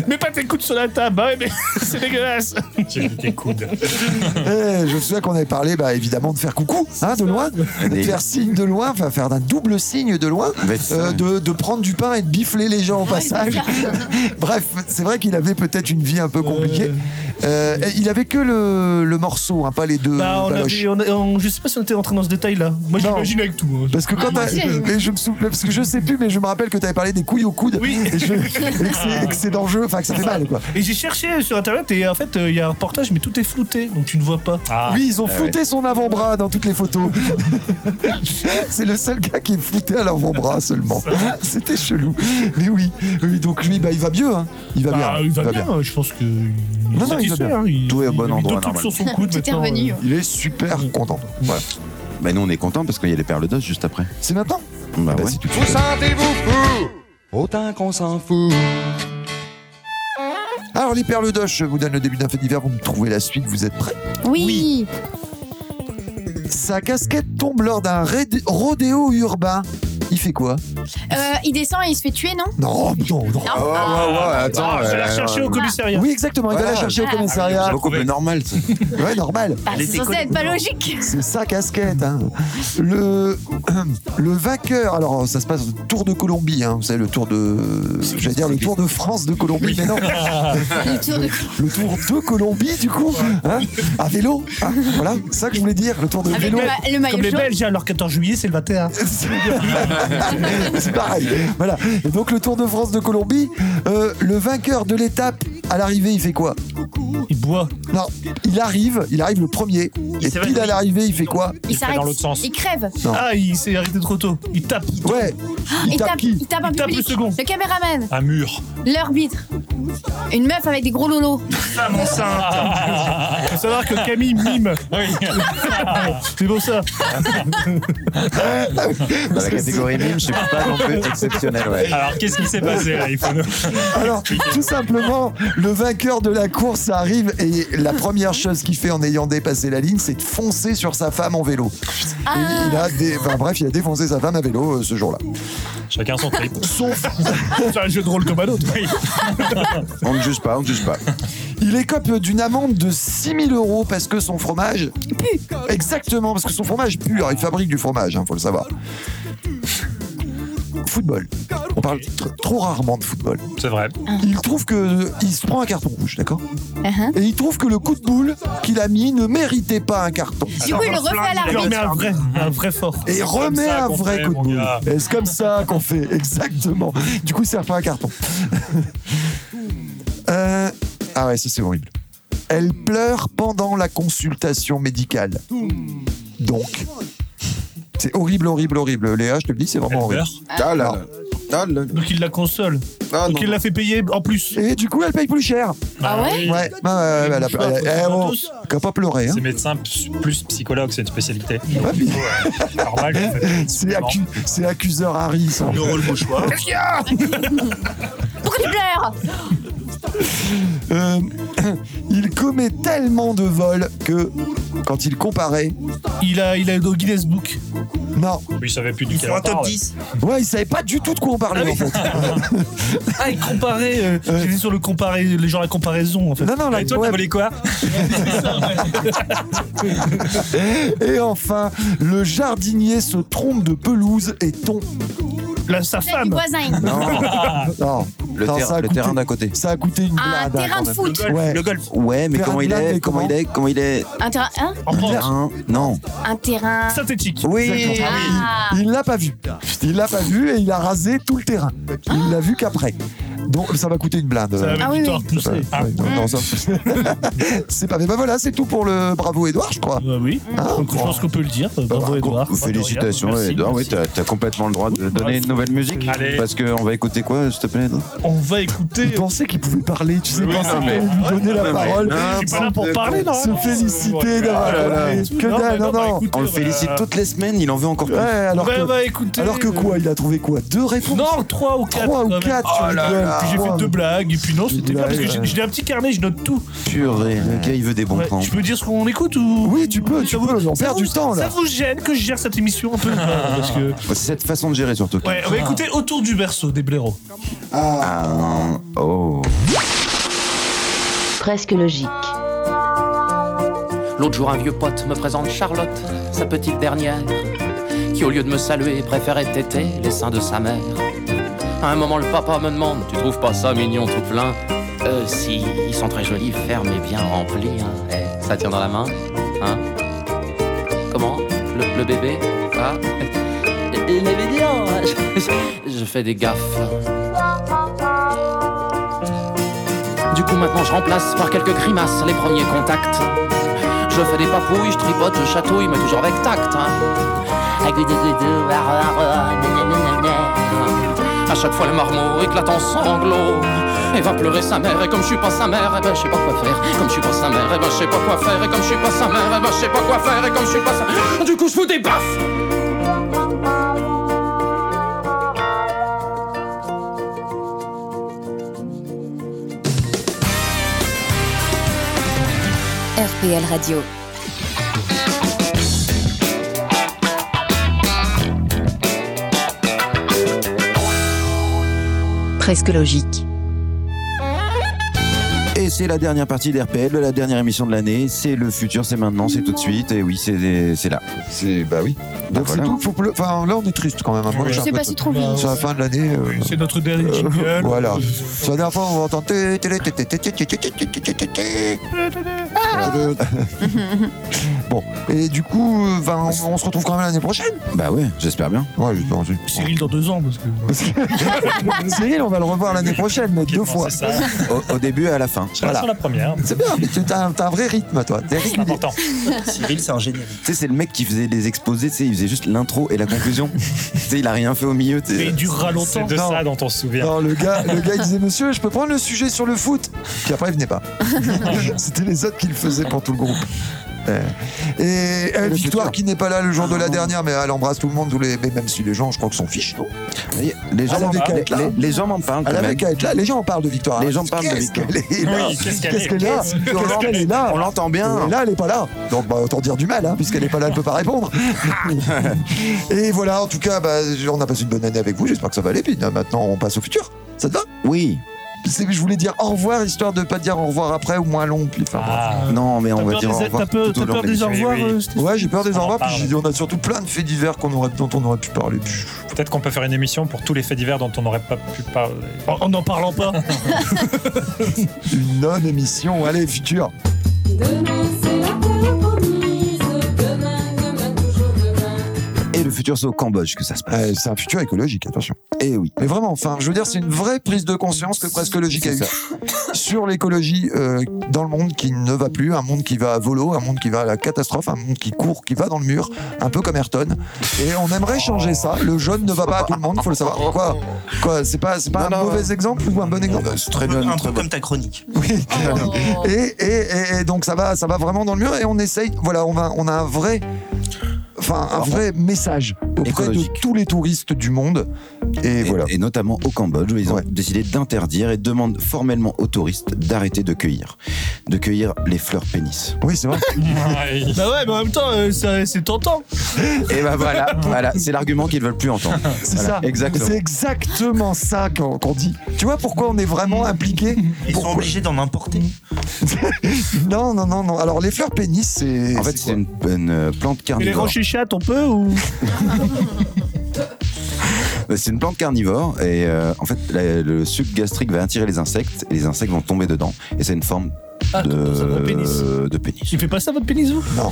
S6: Mais pas tes coudes sur la table, hein, mais c'est dégueulasse. Bah,
S9: Tu as tes coudes.
S5: Eh, je me souviens qu'on avait parlé, bah, évidemment, de faire coucou, hein, de loin, de
S7: Des-
S5: faire signe de loin, enfin faire un double signe de loin,
S7: Mais c'est-
S5: euh, de, de prendre du pain et de bifler les gens au passage. Bref, c'est vrai qu'il avait peut-être une vie un peu compliquée. Euh, et il avait que le, le morceau, hein, pas les deux.
S6: Bah, on
S5: baloches.
S6: avait, on a- on- je sais pas si on était rentré dans ce détail là. Moi, je
S5: Non.
S6: l'imagine avec tout. hein.
S5: Parce que quand t'as- mais je me souviens, parce que je sais plus, mais je me rappelle que tu avais parlé des couilles au coude. Et, je- et que c'est- et que c'est dangereux, enfin que ça fait
S6: Ah.
S5: mal quoi.
S6: Et j'ai cherché sur internet et en fait euh, il y a un reportage mais tout est flouté donc tu ne vois pas.
S5: oui,
S6: Ah
S5: ils ont flouté son avant-bras dans toutes les photos. c'est le seul gars qui est flouté à l'avant-bras seulement. C'était chelou. Mais oui, oui donc lui, bah, il va mieux. hein. Il va bien.
S6: Bah, il va bien, je pense que.
S5: Non, non, il va
S6: satisfait,
S5: bien.
S6: hein, il-
S5: Tout est au bon
S6: il a mis
S5: endroit.
S6: deux trucs
S5: normalement.
S6: sur son coude Tout est maintenant, revenu, euh.
S5: Il est super content. Ouais.
S7: Bah nous on est content parce qu'il y a les perles d'os juste après.
S5: Ah C'est maintenant
S7: Bah, ouais.
S8: Vous sentez-vous fou Autant qu'on s'en fout.
S5: Alors, les perles d'oche, je vous donne le début d'un fait divers, vous me trouvez la suite, vous êtes prêts
S4: Oui.
S5: Sa casquette tombe lors d'un raid- rodéo urbain. Il fait quoi
S4: Euh, il descend et il se fait tuer, non
S5: Non, non, non.
S7: Ah, ouais, ouais, ouais, attends.
S6: ah, je vais la
S7: euh,
S6: chercher au commissariat.
S5: Oui, exactement, il va
S7: Voilà.
S5: la chercher au
S4: Ah,
S5: commissariat.
S7: C'est beaucoup plus normal. ça.
S5: Ouais, normal.
S4: Bah, c'est censé être pas logique.
S5: C'est sa casquette. hein. Le, le vainqueur, alors oh, ça se passe au Tour de Colombie, hein, vous savez, le Tour de. J'allais dire le Tour de France de Colombie, mais non.
S4: Le tour de
S5: Le Tour de Colombie, du coup, hein, à vélo. hein, voilà, c'est ça que je voulais dire, le Tour de
S4: Avec
S5: vélo.
S4: le, ma- le maillot
S6: Comme les
S4: jaune.
S6: Belges, hein, leur 14 juillet c'est le 21.
S5: c'est pareil. Voilà. Et donc le Tour de France de Colombie, euh, le vainqueur de l'étape, à l'arrivée, il fait quoi
S6: Il boit.
S5: Non, il arrive, il arrive le premier. Et
S6: s'évade.
S5: pile à l'arrivée, il fait quoi
S4: Il
S9: dans
S4: s'arrête.
S9: l'autre sens.
S4: Il crève.
S5: Non.
S6: Ah, il s'est arrêté trop tôt. Il tape.
S5: Ouais,
S4: Ah, Il tape,
S5: qui
S4: il tape un
S6: Il tape le
S4: public.
S6: second.
S4: le caméraman.
S9: Un mur.
S4: L'arbitre. Une meuf avec des gros lolos.
S6: Femme enceinte. Faut savoir que Camille mime. C'est pour ça.
S9: Ah, bah
S7: Dans la catégorie mime, je suis pas non plus exceptionnel, ouais.
S9: Alors, qu'est-ce qui s'est passé là Il faut nous-
S5: Alors, tout simplement, le vainqueur de la course arrive et la première chose qu'il fait en ayant dépassé la ligne, c'est de foncer sur sa femme en vélo. Et
S4: Ah.
S5: il a dé- enfin, bref, il a défoncé sa femme à vélo euh, ce jour-là.
S9: Chacun son trip.
S5: Sauf,
S6: C'est un jeu de rôle comme un autre.
S7: On ne juge pas, on ne juge pas.
S5: il écope d'une amende de 6000 euros parce que son fromage pue. Exactement, parce que son fromage pue. Alors, il fabrique du fromage, hein, faut le savoir. Football. On parle tr- trop rarement de football.
S9: C'est vrai.
S5: Il trouve que il se prend un carton rouge, d'accord
S4: Uh-huh.
S5: Et il trouve que le coup de boule qu'il a mis ne méritait pas un carton.
S4: Du coup, il le refait à
S6: Il remet
S4: l'arbitre.
S6: un vrai, un vrai fort.
S5: Et remet
S9: ça
S5: un
S9: qu'on
S5: vrai
S9: fait,
S5: coup de
S9: mon
S5: boule.
S9: gars.
S5: Et c'est comme ça qu'on fait, exactement. Du coup, ça refait un carton. Euh, ah ouais, ça c'est horrible. Elle pleure pendant la consultation médicale. Donc, c'est horrible, horrible, horrible. Léa, je te le dis, c'est vraiment
S9: Elle
S5: horrible.
S9: meurt.
S7: Ah là là. Ah là là.
S6: Donc il la console.
S7: Ah
S6: Donc
S7: non.
S6: il l'a fait payer en plus.
S5: Et du coup, elle paye plus cher.
S4: Ah ouais
S5: Ouais, ouais, ouais, ouais, elle a- elle- eh, bon, qu'à pas pleurer. Hein.
S9: C'est médecin plus- plus psychologue, c'est une spécialité.
S5: Ouais, puis-
S9: C'est normal. qu'on fait-
S5: C'est accu- c'est accuseur Harry, ça.
S4: Pourquoi tu pleures
S5: Euh, il commet tellement de vols que quand il comparait,
S6: Il a, il a le Guinness Book.
S5: non,
S9: Oui, ça avait plus du
S6: un top
S9: 10.
S5: ouais, il savait pas du tout de quoi on parlait
S9: Ah
S5: en fait.
S6: Ah, il comparait. euh, J'étais sur le comparé, les gens la comparaison en fait.
S5: Non, non, là,
S9: Et toi,
S5: ouais.
S9: t'as volé quoi
S5: Et enfin, le jardinier se trompe de pelouse et tombe.
S6: La- sa
S4: Celle du
S6: femme.
S4: voisin.
S5: Non,
S7: Le,
S5: Non,
S7: terrain-
S5: ça a
S7: le
S5: coûté-
S7: terrain d'à côté.
S5: ça a coûté une
S4: Un
S5: blinde. hein,
S4: Ah, terrain
S5: quand
S4: de
S5: même.
S4: foot.
S5: Ouais.
S7: golf. Ouais, mais
S5: Terrain
S7: comment
S5: de
S7: il
S5: blinde, mais
S7: est Comment
S5: comment
S7: il est Comment il est
S4: Un terrain. hein
S6: En France.
S7: Terrain Non.
S4: un terrain.
S6: Synthétique.
S7: Oui.
S5: Exactement.
S4: Ah.
S5: Il l'a pas vu. Il l'a pas vu et il a rasé tout le terrain. Il l'a vu qu'après. Donc ça va coûter une blinde. Euh,
S6: Ça avait
S4: Ah oui,
S6: du temps à
S4: oui.
S5: Ouais,
S6: repousser.
S5: ouais, non, non, ça- c'est pas. Mais bah voilà, c'est tout pour le bravo Edouard, je crois. Hein
S6: Bah oui, donc je pense qu'on peut le dire. Bravo
S5: bah,
S6: Edouard.
S7: Vous félicitations,
S6: Merci,
S7: Edouard. Oui,
S6: merci.
S7: t'as t'as complètement le droit de donner une nouvelle musique.
S9: Allez.
S7: Parce qu'on va écouter quoi, s'il te plaît, Edouard
S6: On va
S5: Il
S6: écouter.
S5: pensait qu'il pouvait parler, tu sais,
S7: Oui,
S5: quand
S7: non, mais-
S5: lui donner la
S7: non, mais-
S5: parole.
S7: non,
S6: Je suis pas là pour
S7: se-
S6: parler, non
S5: se féliciter d'avoir
S7: Oh là
S5: donné.
S7: là.
S5: Que dalle, non,
S6: bah,
S5: non.
S7: On le félicite toutes les semaines, il en veut encore plus.
S5: Ouais, alors
S6: Ouais,
S5: que,
S6: bah écoutez.
S5: alors que quoi Il a trouvé quoi Deux réponses
S6: Non, 3 ou 4.
S7: Oh
S5: Trois ou quatre, tu rigoles.
S6: puis j'ai fait deux blagues, et puis non, c'était bien, parce que
S7: blagues,
S6: j'ai
S7: ouais.
S6: j'ai un petit carnet, je note tout.
S7: Purée, le gars, il veut des bons
S6: Ouais,
S7: plans.
S6: je Euh, peux dire ce qu'on écoute ou
S5: Oui, tu peux, tu peux, on
S6: Ça
S5: perd
S6: vous-
S5: du temps là.
S6: Ça vous gêne que je gère cette émission un peu parce que...
S7: Cette façon de gérer surtout.
S6: Ouais, on va écouter Autour du berceau des blaireaux.
S7: Ah, oh.
S2: Presque logique.
S14: L'autre jour, un vieux pote me présente Charlotte, sa petite dernière, qui au lieu de me saluer préférait têter les seins de sa mère. À un moment, le papa me demande Tu trouves pas ça mignon tout plein Euh, si, ils sont très jolis, fermes et bien remplis. hein. Eh, ça tient dans la main Hein Comment le, le bébé Ah Il est mignon hein. Je fais des gaffes. Du coup, maintenant, je remplace par quelques grimaces les premiers contacts. Je fais des papouilles, je tripote, je chatouille, mais toujours avec tact. hein. À chaque fois, le marmot éclate en sanglots et va pleurer sa mère. Et comme je suis pas sa mère, eh ben je sais pas quoi faire. Comme je suis pas sa mère, eh ben je sais pas quoi faire. Et comme je suis pas sa mère, eh ben je sais pas quoi faire. Et comme je suis pas sa Du coup, je vous débaffe.
S2: RPL Radio.
S7: Presque logique. Et c'est la dernière partie d'RPL, la dernière émission de l'année. C'est le futur, c'est maintenant, c'est tout de suite. Et oui, c'est c'est là. C'est bah oui.
S5: Donc c'est tout. Faut ple- Enfin, là, on est triste quand même. hein. Moi,
S6: Oui.
S5: j'ai un
S6: C'est
S5: peu
S6: passé
S5: de-
S6: trop vite.
S5: Sur la fin de l'année. euh,
S6: C'est notre dernier jingle.
S5: Voilà. Sur la dernière fois, on entend.
S11: Ah.
S5: Bon, et du coup, euh, ben, on, on se retrouve quand même l'année prochaine.
S7: Bah ouais, j'espère bien.
S5: Ouais, j'espère aussi.
S6: Cyril dans deux ans, parce que.
S5: Cyril, on va le revoir l'année prochaine, mais deux fois.
S7: Au, au début et à la fin.
S5: serai sur la
S7: première.
S5: C'est bien, mais tu- t'as un, t'as un vrai rythme, toi. T'es régulier.
S7: Cyril, c'est un génie. Tu sais, c'est le mec qui faisait les exposés, tu sais, il faisait juste l'intro et la conclusion. tu sais, il a rien fait au milieu. tu sais.
S9: Mais il durera longtemps. C'est de ça dont on se souvient.
S5: Non, le gars, le gars, il disait Monsieur, je peux prendre le sujet sur le foot Puis après, il venait pas. C'était les autres qui le faisaient pour tout le groupe. Euh, Et euh, Victoire qui n'est pas là le jour de la dernière, mais elle embrasse tout le monde, tous les- mais même si les gens, je crois que sont fiches, non
S7: Les gens
S5: Elle
S7: m'en
S5: avait
S7: parlent.
S5: qu'à être là.
S7: Les- les gens m'en parlent,
S5: Elle
S7: quand
S5: avait
S7: même.
S5: qu'à être là. Les gens en parlent de Victoire.
S7: Les gens parlent de
S5: Qu'est-ce
S7: Victoire.
S5: qu'elle est là
S7: Oui,
S5: Qu'est-ce
S7: qu'est-ce
S5: qu'elle
S7: qu'elle
S5: est
S7: est
S5: là
S7: Qu'est-ce qu'elle
S5: Qu'est-ce qu'elle est là
S7: On l'entend bien.
S5: Et Là, elle est pas là. Donc, bah, autant dire du mal, hein, puisqu'elle est pas là, elle peut pas répondre. Et voilà, en tout cas, bah, on a passé une bonne année avec vous. J'espère que ça va aller. Puis euh, maintenant, on passe au futur. Ça te va
S7: Oui.
S5: Je voulais dire au revoir, histoire de pas dire au revoir après ou moins long. Puis, enfin, bref.
S7: Non, mais on va dire au revoir. tout au long de l'émission.
S5: Ouais, j'ai peur des
S9: On en
S5: au revoir. Puis
S9: parle.
S5: j'ai dit, on a surtout plein de faits divers qu'on aurait, dont on aurait pu parler. Puis,
S9: Peut-être qu'on peut faire une émission pour tous les faits divers dont on n'aurait pas pu parler.
S6: En n'en parlant pas.
S5: une non-émission. Allez, futur.
S15: Demain, c'est la folie promise. Demain, demain, toujours demain.
S7: Et le futur, c'est au Cambodge que ça se passe.
S5: Eh, c'est un futur écologique, attention.
S7: Et oui.
S5: Mais vraiment, enfin, je veux dire, c'est une vraie prise de conscience que presque logique a eu sur l'écologie euh, dans le monde qui ne va plus, un monde qui va à volo, un monde qui va à la catastrophe, un monde qui court, qui va dans le mur, un peu comme Ayrton. Et on aimerait changer ça. Le jaune ne va pas à tout le monde, faut le savoir. Quoi, quoi C'est pas, c'est pas un mauvais exemple ou un bon exemple
S7: Euh, C'est très Oh.
S5: bien.
S3: Un peu comme ta chronique.
S5: et, et- et- et donc ça va, ça va vraiment dans le mur et on essaye. Voilà, on, va, on a un vrai, enfin un vrai message auprès de tous les touristes du monde. Et,
S7: voilà. Et notamment au Cambodge, où ils ont décidé d'interdire et demandent formellement aux touristes d'arrêter de cueillir. De cueillir les fleurs pénis.
S5: Oui, c'est vrai.
S6: bah ouais, mais en même temps, euh, ça- c'est tentant.
S7: Et
S5: bah
S7: ben voilà, voilà c'est l'argument qu'ils veulent plus entendre.
S5: C'est
S7: Voilà,
S5: ça.
S7: Exactement.
S5: C'est exactement ça qu'on qu'on dit. Tu vois pourquoi on est vraiment impliqué
S3: Ils sont obligés d'en importer.
S5: Non, non, non, non. Alors les fleurs pénis, c'est.
S7: En fait, c'est une, une, euh, plante
S6: Et les
S7: carnivore.
S6: rochers chattes, on peut ou.
S7: C'est une plante carnivore et euh, en fait, la- le suc gastrique va attirer les insectes et les insectes vont tomber dedans. Et c'est une forme
S6: Ah,
S7: de pénis. De pénis.
S6: Il fait pas ça, votre pénis, vous
S7: Non.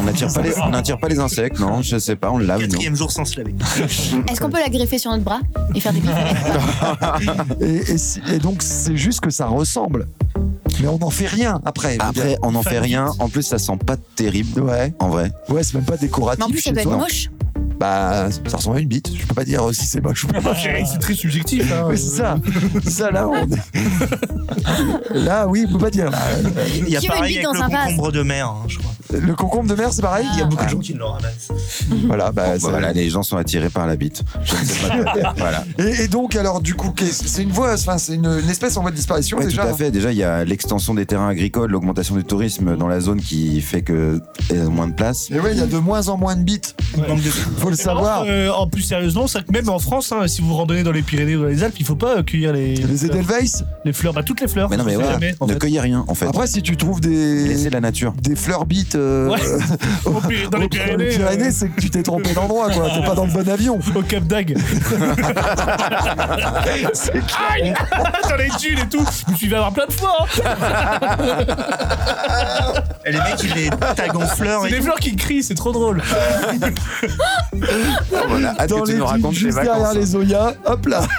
S7: On n'attire pas, les- on n'attire pas les insectes, non, je sais pas, on le lave.
S3: Quatrième jour sans se laver.
S4: Est-ce qu'on peut la greffer sur notre bras et faire des bisous avec
S5: et, et si- et donc c'est juste que ça ressemble. Mais on n'en fait rien après.
S7: Après, on n'en fait rien. En plus, ça sent pas terrible.
S5: Ouais.
S7: En vrai.
S5: Ouais, c'est même pas décoratif.
S4: Mais en plus, ça
S5: chez
S4: doit être
S5: toi.
S4: moche.
S5: Bah, ça ressemble à une bite. Je peux pas dire euh, si c'est moche ou pas.
S6: C'est très subjectif. hein.
S5: Oui, c'est ça. C'est ça, là, on est- Là, oui, on peut pas dire.
S3: Il y a
S4: Qui veut une
S3: pareil
S4: bite
S3: avec
S4: dans
S3: le
S4: un vase Ah.
S3: concombre de mer, hein, je crois.
S5: Le concombre de mer, c'est pareil
S6: Il y a beaucoup de gens qui le ramassent.
S5: Voilà, bah,
S7: Bon,
S5: ça-
S7: bah, voilà, les gens sont attirés par la bite. Je ne sais pas. voilà.
S5: Et, et donc, alors, du coup, qu'est-ce- c'est une voie, enfin, c'est une, une espèce en voie de disparition
S7: Ouais,
S5: déjà. hein.
S7: Tout à fait. Déjà, il y a l'extension des terrains agricoles, l'augmentation du tourisme dans la zone qui fait que il y a moins de place.
S5: Et ouais, il y a de moins en moins de bites. Faut le savoir.
S6: Euh, en plus sérieusement, c'est que même en France, hein, si vous randonnez dans les Pyrénées ou dans les Alpes, il faut pas euh, cueillir les les
S5: Edelweiss,
S6: les fleurs, bah toutes les fleurs.
S7: Mais non, mais
S6: on sait
S7: voilà,
S6: jamais, en
S7: ne
S6: fait.
S7: cueillez rien en fait.
S5: Après, si tu trouves des.
S7: Laissez la nature.
S5: Des fleurs bites. euh,
S6: Ouais. Au Pyr- dans les
S5: aux
S6: Pyrénées, euh.
S5: c'est que tu t'es trompé d'endroit, quoi. T'es pas dans le bon avion.
S6: Au Cap d'Ag. Aïe Dans les dunes et tout, je me suis fait avoir plein de fois. hein.
S3: Et les mecs, ils les taguent en fleurs
S6: C'est
S3: et
S6: des
S3: tout.
S6: fleurs qui crient, c'est trop drôle.
S7: On a Ah, hâte
S5: dans
S7: que tu
S5: les
S7: nous
S5: dunes,
S7: racontes tes
S5: juste derrière
S6: hein.
S7: vacances. hein.
S5: les Zoya, hop là.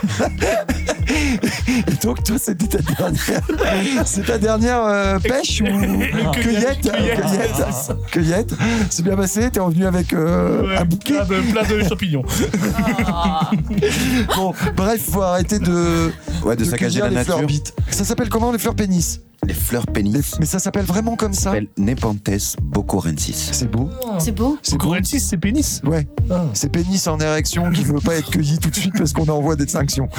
S5: Et donc toi, c'était ta dernière, c'est ta dernière euh, pêche ou cueillette,
S6: Cueillette, cueillette.
S5: cueillette, cueillette. C'est bien passé. T'es revenu avec euh,
S6: Ouais,
S5: un bouquet.
S6: plein de, plein de champignons.
S5: Bon, bref, faut arrêter de
S7: Ouais, de saccager
S5: cueillir
S7: la
S5: les
S7: nature.
S5: fleurs bites. Ça s'appelle comment les fleurs pénis
S7: Les fleurs pénis.
S5: Mais ça s'appelle vraiment comme ça.
S7: s'appellent Nepenthes bocorensis.
S5: C'est beau.
S4: C'est beau.
S5: C'est beau.
S6: Corentis, c'est pénis. Ah.
S5: Ouais. C'est pénis en érection qui veut pas être cueilli tout de suite parce qu'on est en voie d'extinction.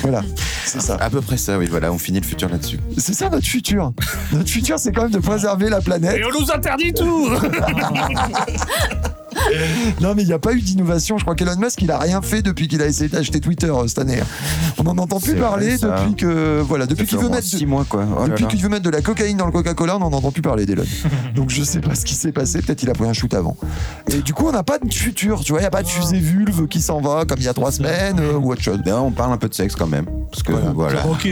S5: Voilà. C'est ça.
S7: À peu près ça, oui, voilà, on finit le futur là-dessus.
S5: C'est ça notre futur. Notre futur, c'est quand même de préserver la planète.
S6: Et on nous interdit tout
S5: Non, mais il n'y a pas eu d'innovation. Je crois qu'Elon Musk, il a rien fait depuis qu'il a essayé d'acheter Twitter euh, cette année. On n'en entend plus
S7: C'est
S5: parler
S7: vrai, ça.
S5: depuis que voilà, depuis qu'il veut mettre.
S7: 6 mois, quoi. Oh là
S5: depuis
S7: là.
S5: qu'il veut mettre de la cocaïne dans le Coca-Cola, on n'en entend plus parler d'Elon. Donc je sais pas ce qui s'est passé, peut-être il a pris un shoot avant. Et du coup, on n'a pas de futur, tu vois, il n'y a pas
S7: Ah.
S5: de fusée vulve qui s'en va comme il y a trois semaines euh, ou autre chose.
S7: D'ailleurs, on parle un peu de sexe quand même. Parce que voilà.
S6: Ok.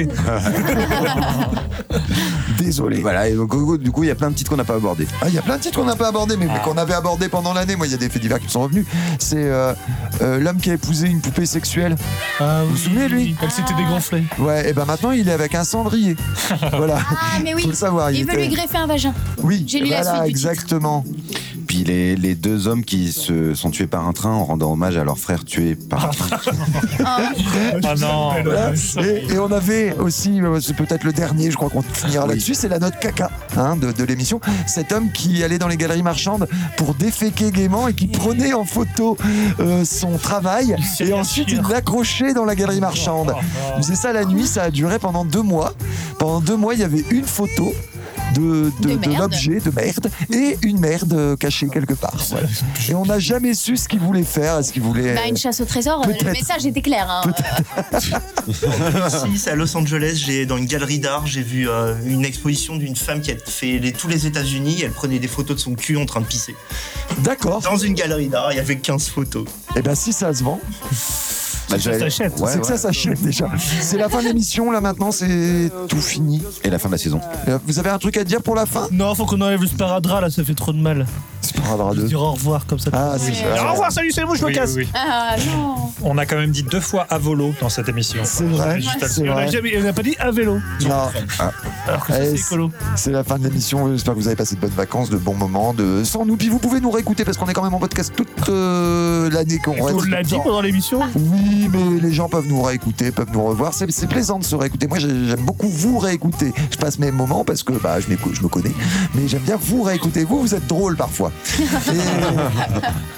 S5: Désolé.
S7: Voilà, et donc, du coup, il y a plein de titres qu'on n'a pas abordés.
S5: Ah, il y a plein de titres qu'on n'a pas abordés, mais, mais qu'on avait abordés pendant l'année. Moi, il y a des faits divers qui me sont revenus. C'est euh, euh, l'homme qui a épousé une poupée sexuelle.
S6: Ah, vous vous
S5: souvenez, lui
S6: Elle s'était dégonflée.
S5: Ouais, et ben maintenant, il est avec un cendrier. voilà.
S4: Ah, mais oui.
S5: Faut le savoir.
S4: Il
S5: il
S4: veut
S5: était-
S4: lui greffer un vagin.
S5: Oui,
S4: J'ai lu la
S5: voilà,
S4: suite du titre.
S5: exactement.
S7: Puis les, les deux hommes qui se sont tués par un train en rendant hommage à leur frère tué par un train.
S9: Ah non.
S5: Voilà. Et, et on avait aussi, euh, c'est peut-être le dernier, je crois qu'on finira
S7: Oui.
S5: là-dessus, c'est la note caca hein, de, de l'émission. Cet homme qui allait dans les galeries marchandes pour déféquer gaiement et qui prenait en photo euh, son travail
S6: sait
S5: et
S6: bien
S5: ensuite il
S6: faire.
S5: l'accrochait dans la galerie marchande. Il faisait ça la nuit, ça a duré pendant deux mois. Pendant deux mois, il y avait une photo de, de,
S4: De
S5: de
S4: merde.
S5: l'objet de merde et une merde euh, cachée quelque part. Voilà. Et on n'a jamais su ce qu'il voulait faire, ce qu'il voulait.
S4: Bah, une chasse au trésor, euh, le
S5: Peut-être.
S4: message était clair. hein.
S3: Si, c'est à Los Angeles, j'ai dans une galerie d'art, j'ai vu euh, une exposition d'une femme qui a fait les- tous les États-Unis. Elle prenait des photos de son cul en train de pisser.
S5: D'accord.
S3: Dans une galerie d'art, il y avait 15 photos.
S5: Et ben si ça se vend.
S7: Bah, j'allais-
S6: s'achète.
S7: Ouais,
S5: c'est que ça
S7: ouais.
S5: s'achève déjà. C'est la fin de l'émission, là maintenant c'est tout fini.
S7: Et la fin de la saison.
S5: Euh, Vous avez un truc à dire pour la fin
S6: Non, faut qu'on enlève le sparadrap là, ça fait trop de mal.
S5: C'est pas grave,
S6: Je
S5: deux.
S6: dire au revoir comme ça.
S5: Ah, c'est
S6: Alors,
S5: vrai.
S6: Au revoir, salut, c'est moi, je me
S9: Oui,
S6: casse.
S9: oui, oui.
S4: Ah non.
S9: On a quand même dit deux fois Avolo dans cette émission.
S5: C'est
S6: Ah,
S5: vrai,
S9: Juste à-
S5: c'est
S6: Et On n'a
S5: vrai.
S6: jamais, on n'a pas dit à vélo.
S5: Non,
S6: Alors que ça,
S5: Eh,
S6: c'est
S5: c'est-
S6: écolo.
S5: c'est la fin de l'émission. J'espère que vous avez passé de bonnes vacances, de bons moments, de sans nous. Puis vous pouvez nous réécouter parce qu'on est quand même en podcast toute euh, l'année qu'on
S6: On l'a dit pendant l'émission.
S5: Oui, mais les gens peuvent nous réécouter, peuvent nous revoir. C'est c'est plaisant de se réécouter. Moi, j'ai- j'aime beaucoup vous réécouter. Je passe mes moments parce que bah, je, m'écoute- je me connais, mais j'aime bien vous réécouter. Vous, vous êtes drôle parfois.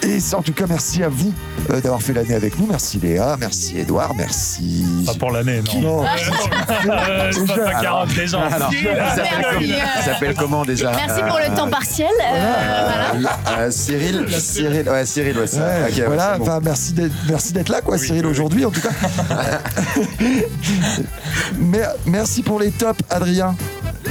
S5: Et, et c'est- en tout cas, merci à vous euh, d'avoir fait l'année avec nous. Merci Léa, merci Edouard, merci.
S9: Pas pour l'année, non.
S5: Non,
S9: Euh, c'est pas
S5: Alors-
S9: 40 les gens.
S7: Alors,
S9: Si,
S7: ça
S9: là.
S7: s'appelle
S4: Merci,
S7: comment-
S4: euh,
S7: ça s'appelle comment déjà
S4: Merci pour le temps partiel. euh, voilà.
S7: Euh, Cyril, Cyril, ouais, Cyril, ouais, ça.
S5: Ouais,
S7: Ok, ouais,
S5: voilà,
S7: c'est bon.
S5: enfin, merci d'être merci d'être là, quoi, Cyril, aujourd'hui, en tout cas. Mer- merci pour les tops, Adrien.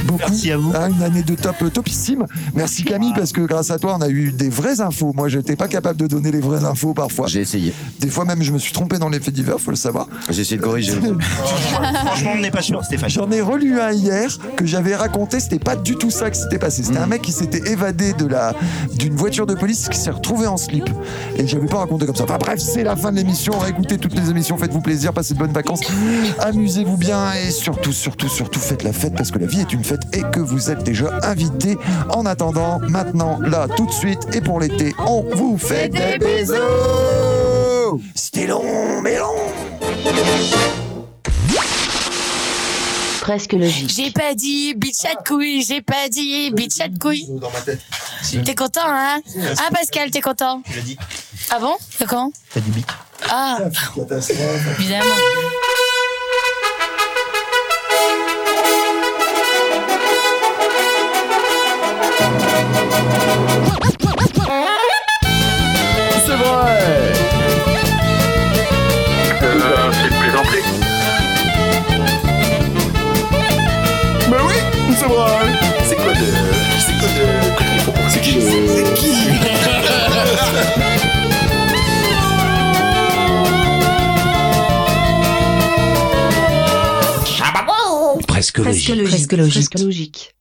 S5: Beaucoup.
S3: Merci à vous.
S5: Hein, une année de top euh, topissime. Merci Camille, parce que grâce à toi, on a eu des vraies infos. Moi, j'étais pas capable de donner les vraies infos parfois.
S7: J'ai essayé.
S5: Des fois même, je me suis trompé dans les faits divers, faut le savoir.
S7: J'ai essayé de corriger.
S3: Franchement, on n'est pas sûr, Stéphane.
S5: J'en ai relu un hier que j'avais raconté, c'était pas du tout ça qui s'était passé. C'était un
S3: Hmm.
S5: mec qui s'était évadé de la d'une voiture de police qui s'est retrouvé en slip. Et j'avais pas raconté comme ça. Enfin bref, c'est la fin de l'émission. Écoutez toutes les émissions, faites-vous plaisir, passez de bonnes vacances, amusez-vous bien et surtout, surtout, surtout faites la fête parce que la vie est une fête et que vous êtes déjà invités. En attendant, maintenant, là, tout de suite et pour l'été, on vous fait des bisous. C'était long, mais long.
S6: presque logique.
S4: J'ai pas dit bitchat couille, j'ai pas dit bitchat couille.
S16: Dans ma tête.
S4: T'es content, hein Hein, Pascal, t'es content
S16: Je dis.
S4: Ah bon De quand
S3: T'as dit bic.
S4: Ah, évidemment.
S5: C'est vrai C'est de plaisanterie. Mais Bah oui, c'est vrai C'est quoi de... C'est quoi de... C'est qui C'est qui
S2: Presque
S6: Presque
S2: logique.
S6: logique. Presque logique. Presque logique.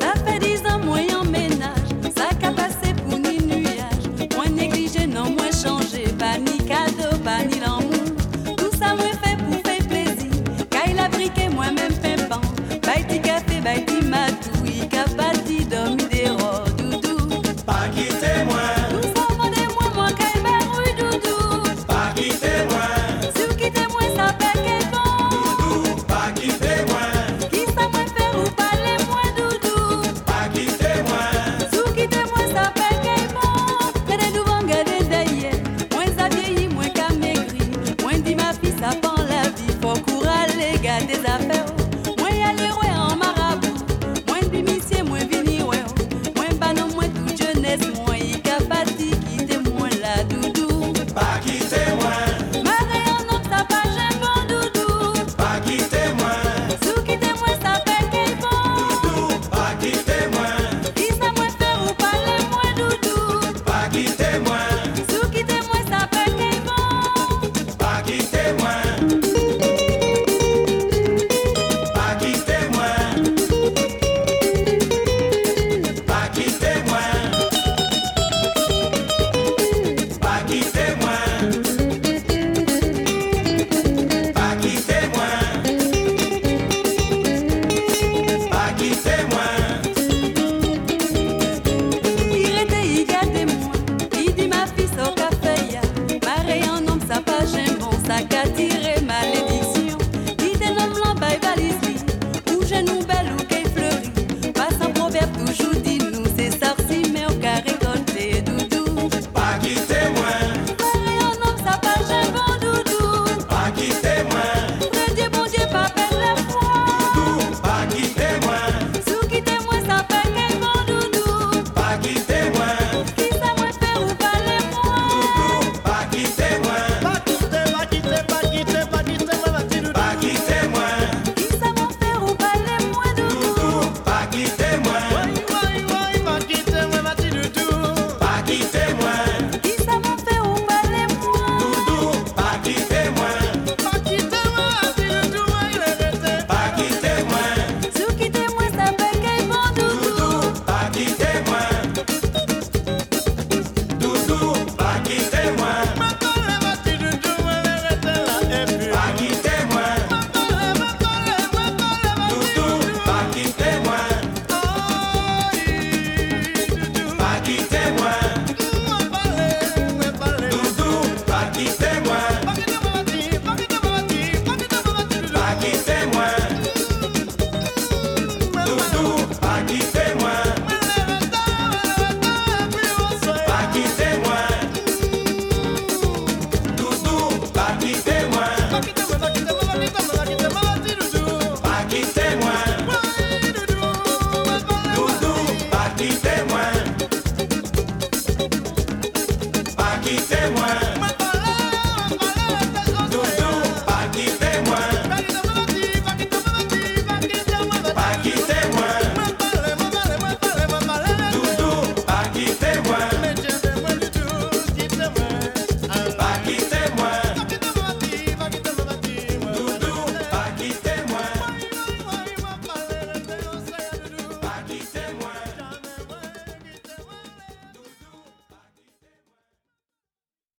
S17: Ça fait dix ans, moi en ménage, ça qu'a passé pour ni nuage. Moi négligé, non, moi changé, pas ni cadeau, pas ni l'amour. Tout ça, moi fait pour faire plaisir. Quand il a briqué, moi-même fait pan. Baïti café, baïti matoui, capati, domi des rois, doudou. Pas quitter moi. Tout ça, moi des moi, moi, quand il m'a rouillé, doudou. Pas quitter moi. Si vous quittez moi, ça fait qu'un con. Doudou, pas quitter moi. Qui ça, moi, faire ou parler, moi, doudou. Pas quitter moi. Si vous quittez moi, ça fait qu'un con. Gardez devant, gardez derrière. Moins ça vieillit, moins qu'à maigrir. Moins dit ma fille, ça prend la vie. Faut courir, aller, garder des affaires. Moins y aller, ouais, en marabout. Moins de bimicier, moins vini, ouais. Moins banon, moins toute jeunesse. Moins y capati, quittez moi la doudou. Pas quitter moi. Maré en homme, ça pas j'aime mon doudou. Pas quitter moi. Sous quitter moi, ça fait quel bon. Doudou, pas quitter moi. Qui ça moi faire ou parler moi doudou. Pas quitter moi. Sous quitter moi, ça fait quel bon. Pas quitter moi. Pas quitter moi. Pas quitter moi. Pas quitter moi. Pas quitter moi. Pas quitter moi. Il était, il gardait moi. Il dit ma fille au café, ya. Pareil en homme, ça pas j'aime bon, ça qu'a tiré malédiction. Il était homme blanc, bye valise, lui. ou genou belle ou qu'elle fleurit. Passe un proverbe, toujours dit nous, c'est sorti, mais au carré côté doudou. Pas quitter moi. Pareil en homme, ça pas j'aime bon, doudou. Pas quitter moi. Près Dieu, bon Dieu, pas perdre la foi. Doudou, pas quitter moi. Sous quitter moi, ça fait qu'un grand doudou. Pas quitter moi. Qui ça moi faire ou pas les moi. Doudou, pas quitter moi. Pas quitter, pas quitter, pas quitter, pas quitter, pas quitter, pas quitter moi. Qui ça moi faire ou pas les moi. Doudou, pas quitter moi. Pas quitter moi, pas quitter, pas quitter moi. Qui ça moi faire ou pas les moi. Doudou, pas quitter moi. Pas quitter moi, pas quitter, pas quitter moi. Sous quitter moi, ça fait qu'un grand doudou.
S5: Pas quitter moi Doudou, pas quitter moi
S17: Pas quitter moi. Doudou, pas quitter moi. Pas quitter moi. Doudou, pas quitter moi. Pas quitter moi. Doudou, pas quitter moi. Pas quitter moi. Doudou, pas quitter moi. Pas quitter moi. Doudou, pas quitter moi. Pas quitter moi.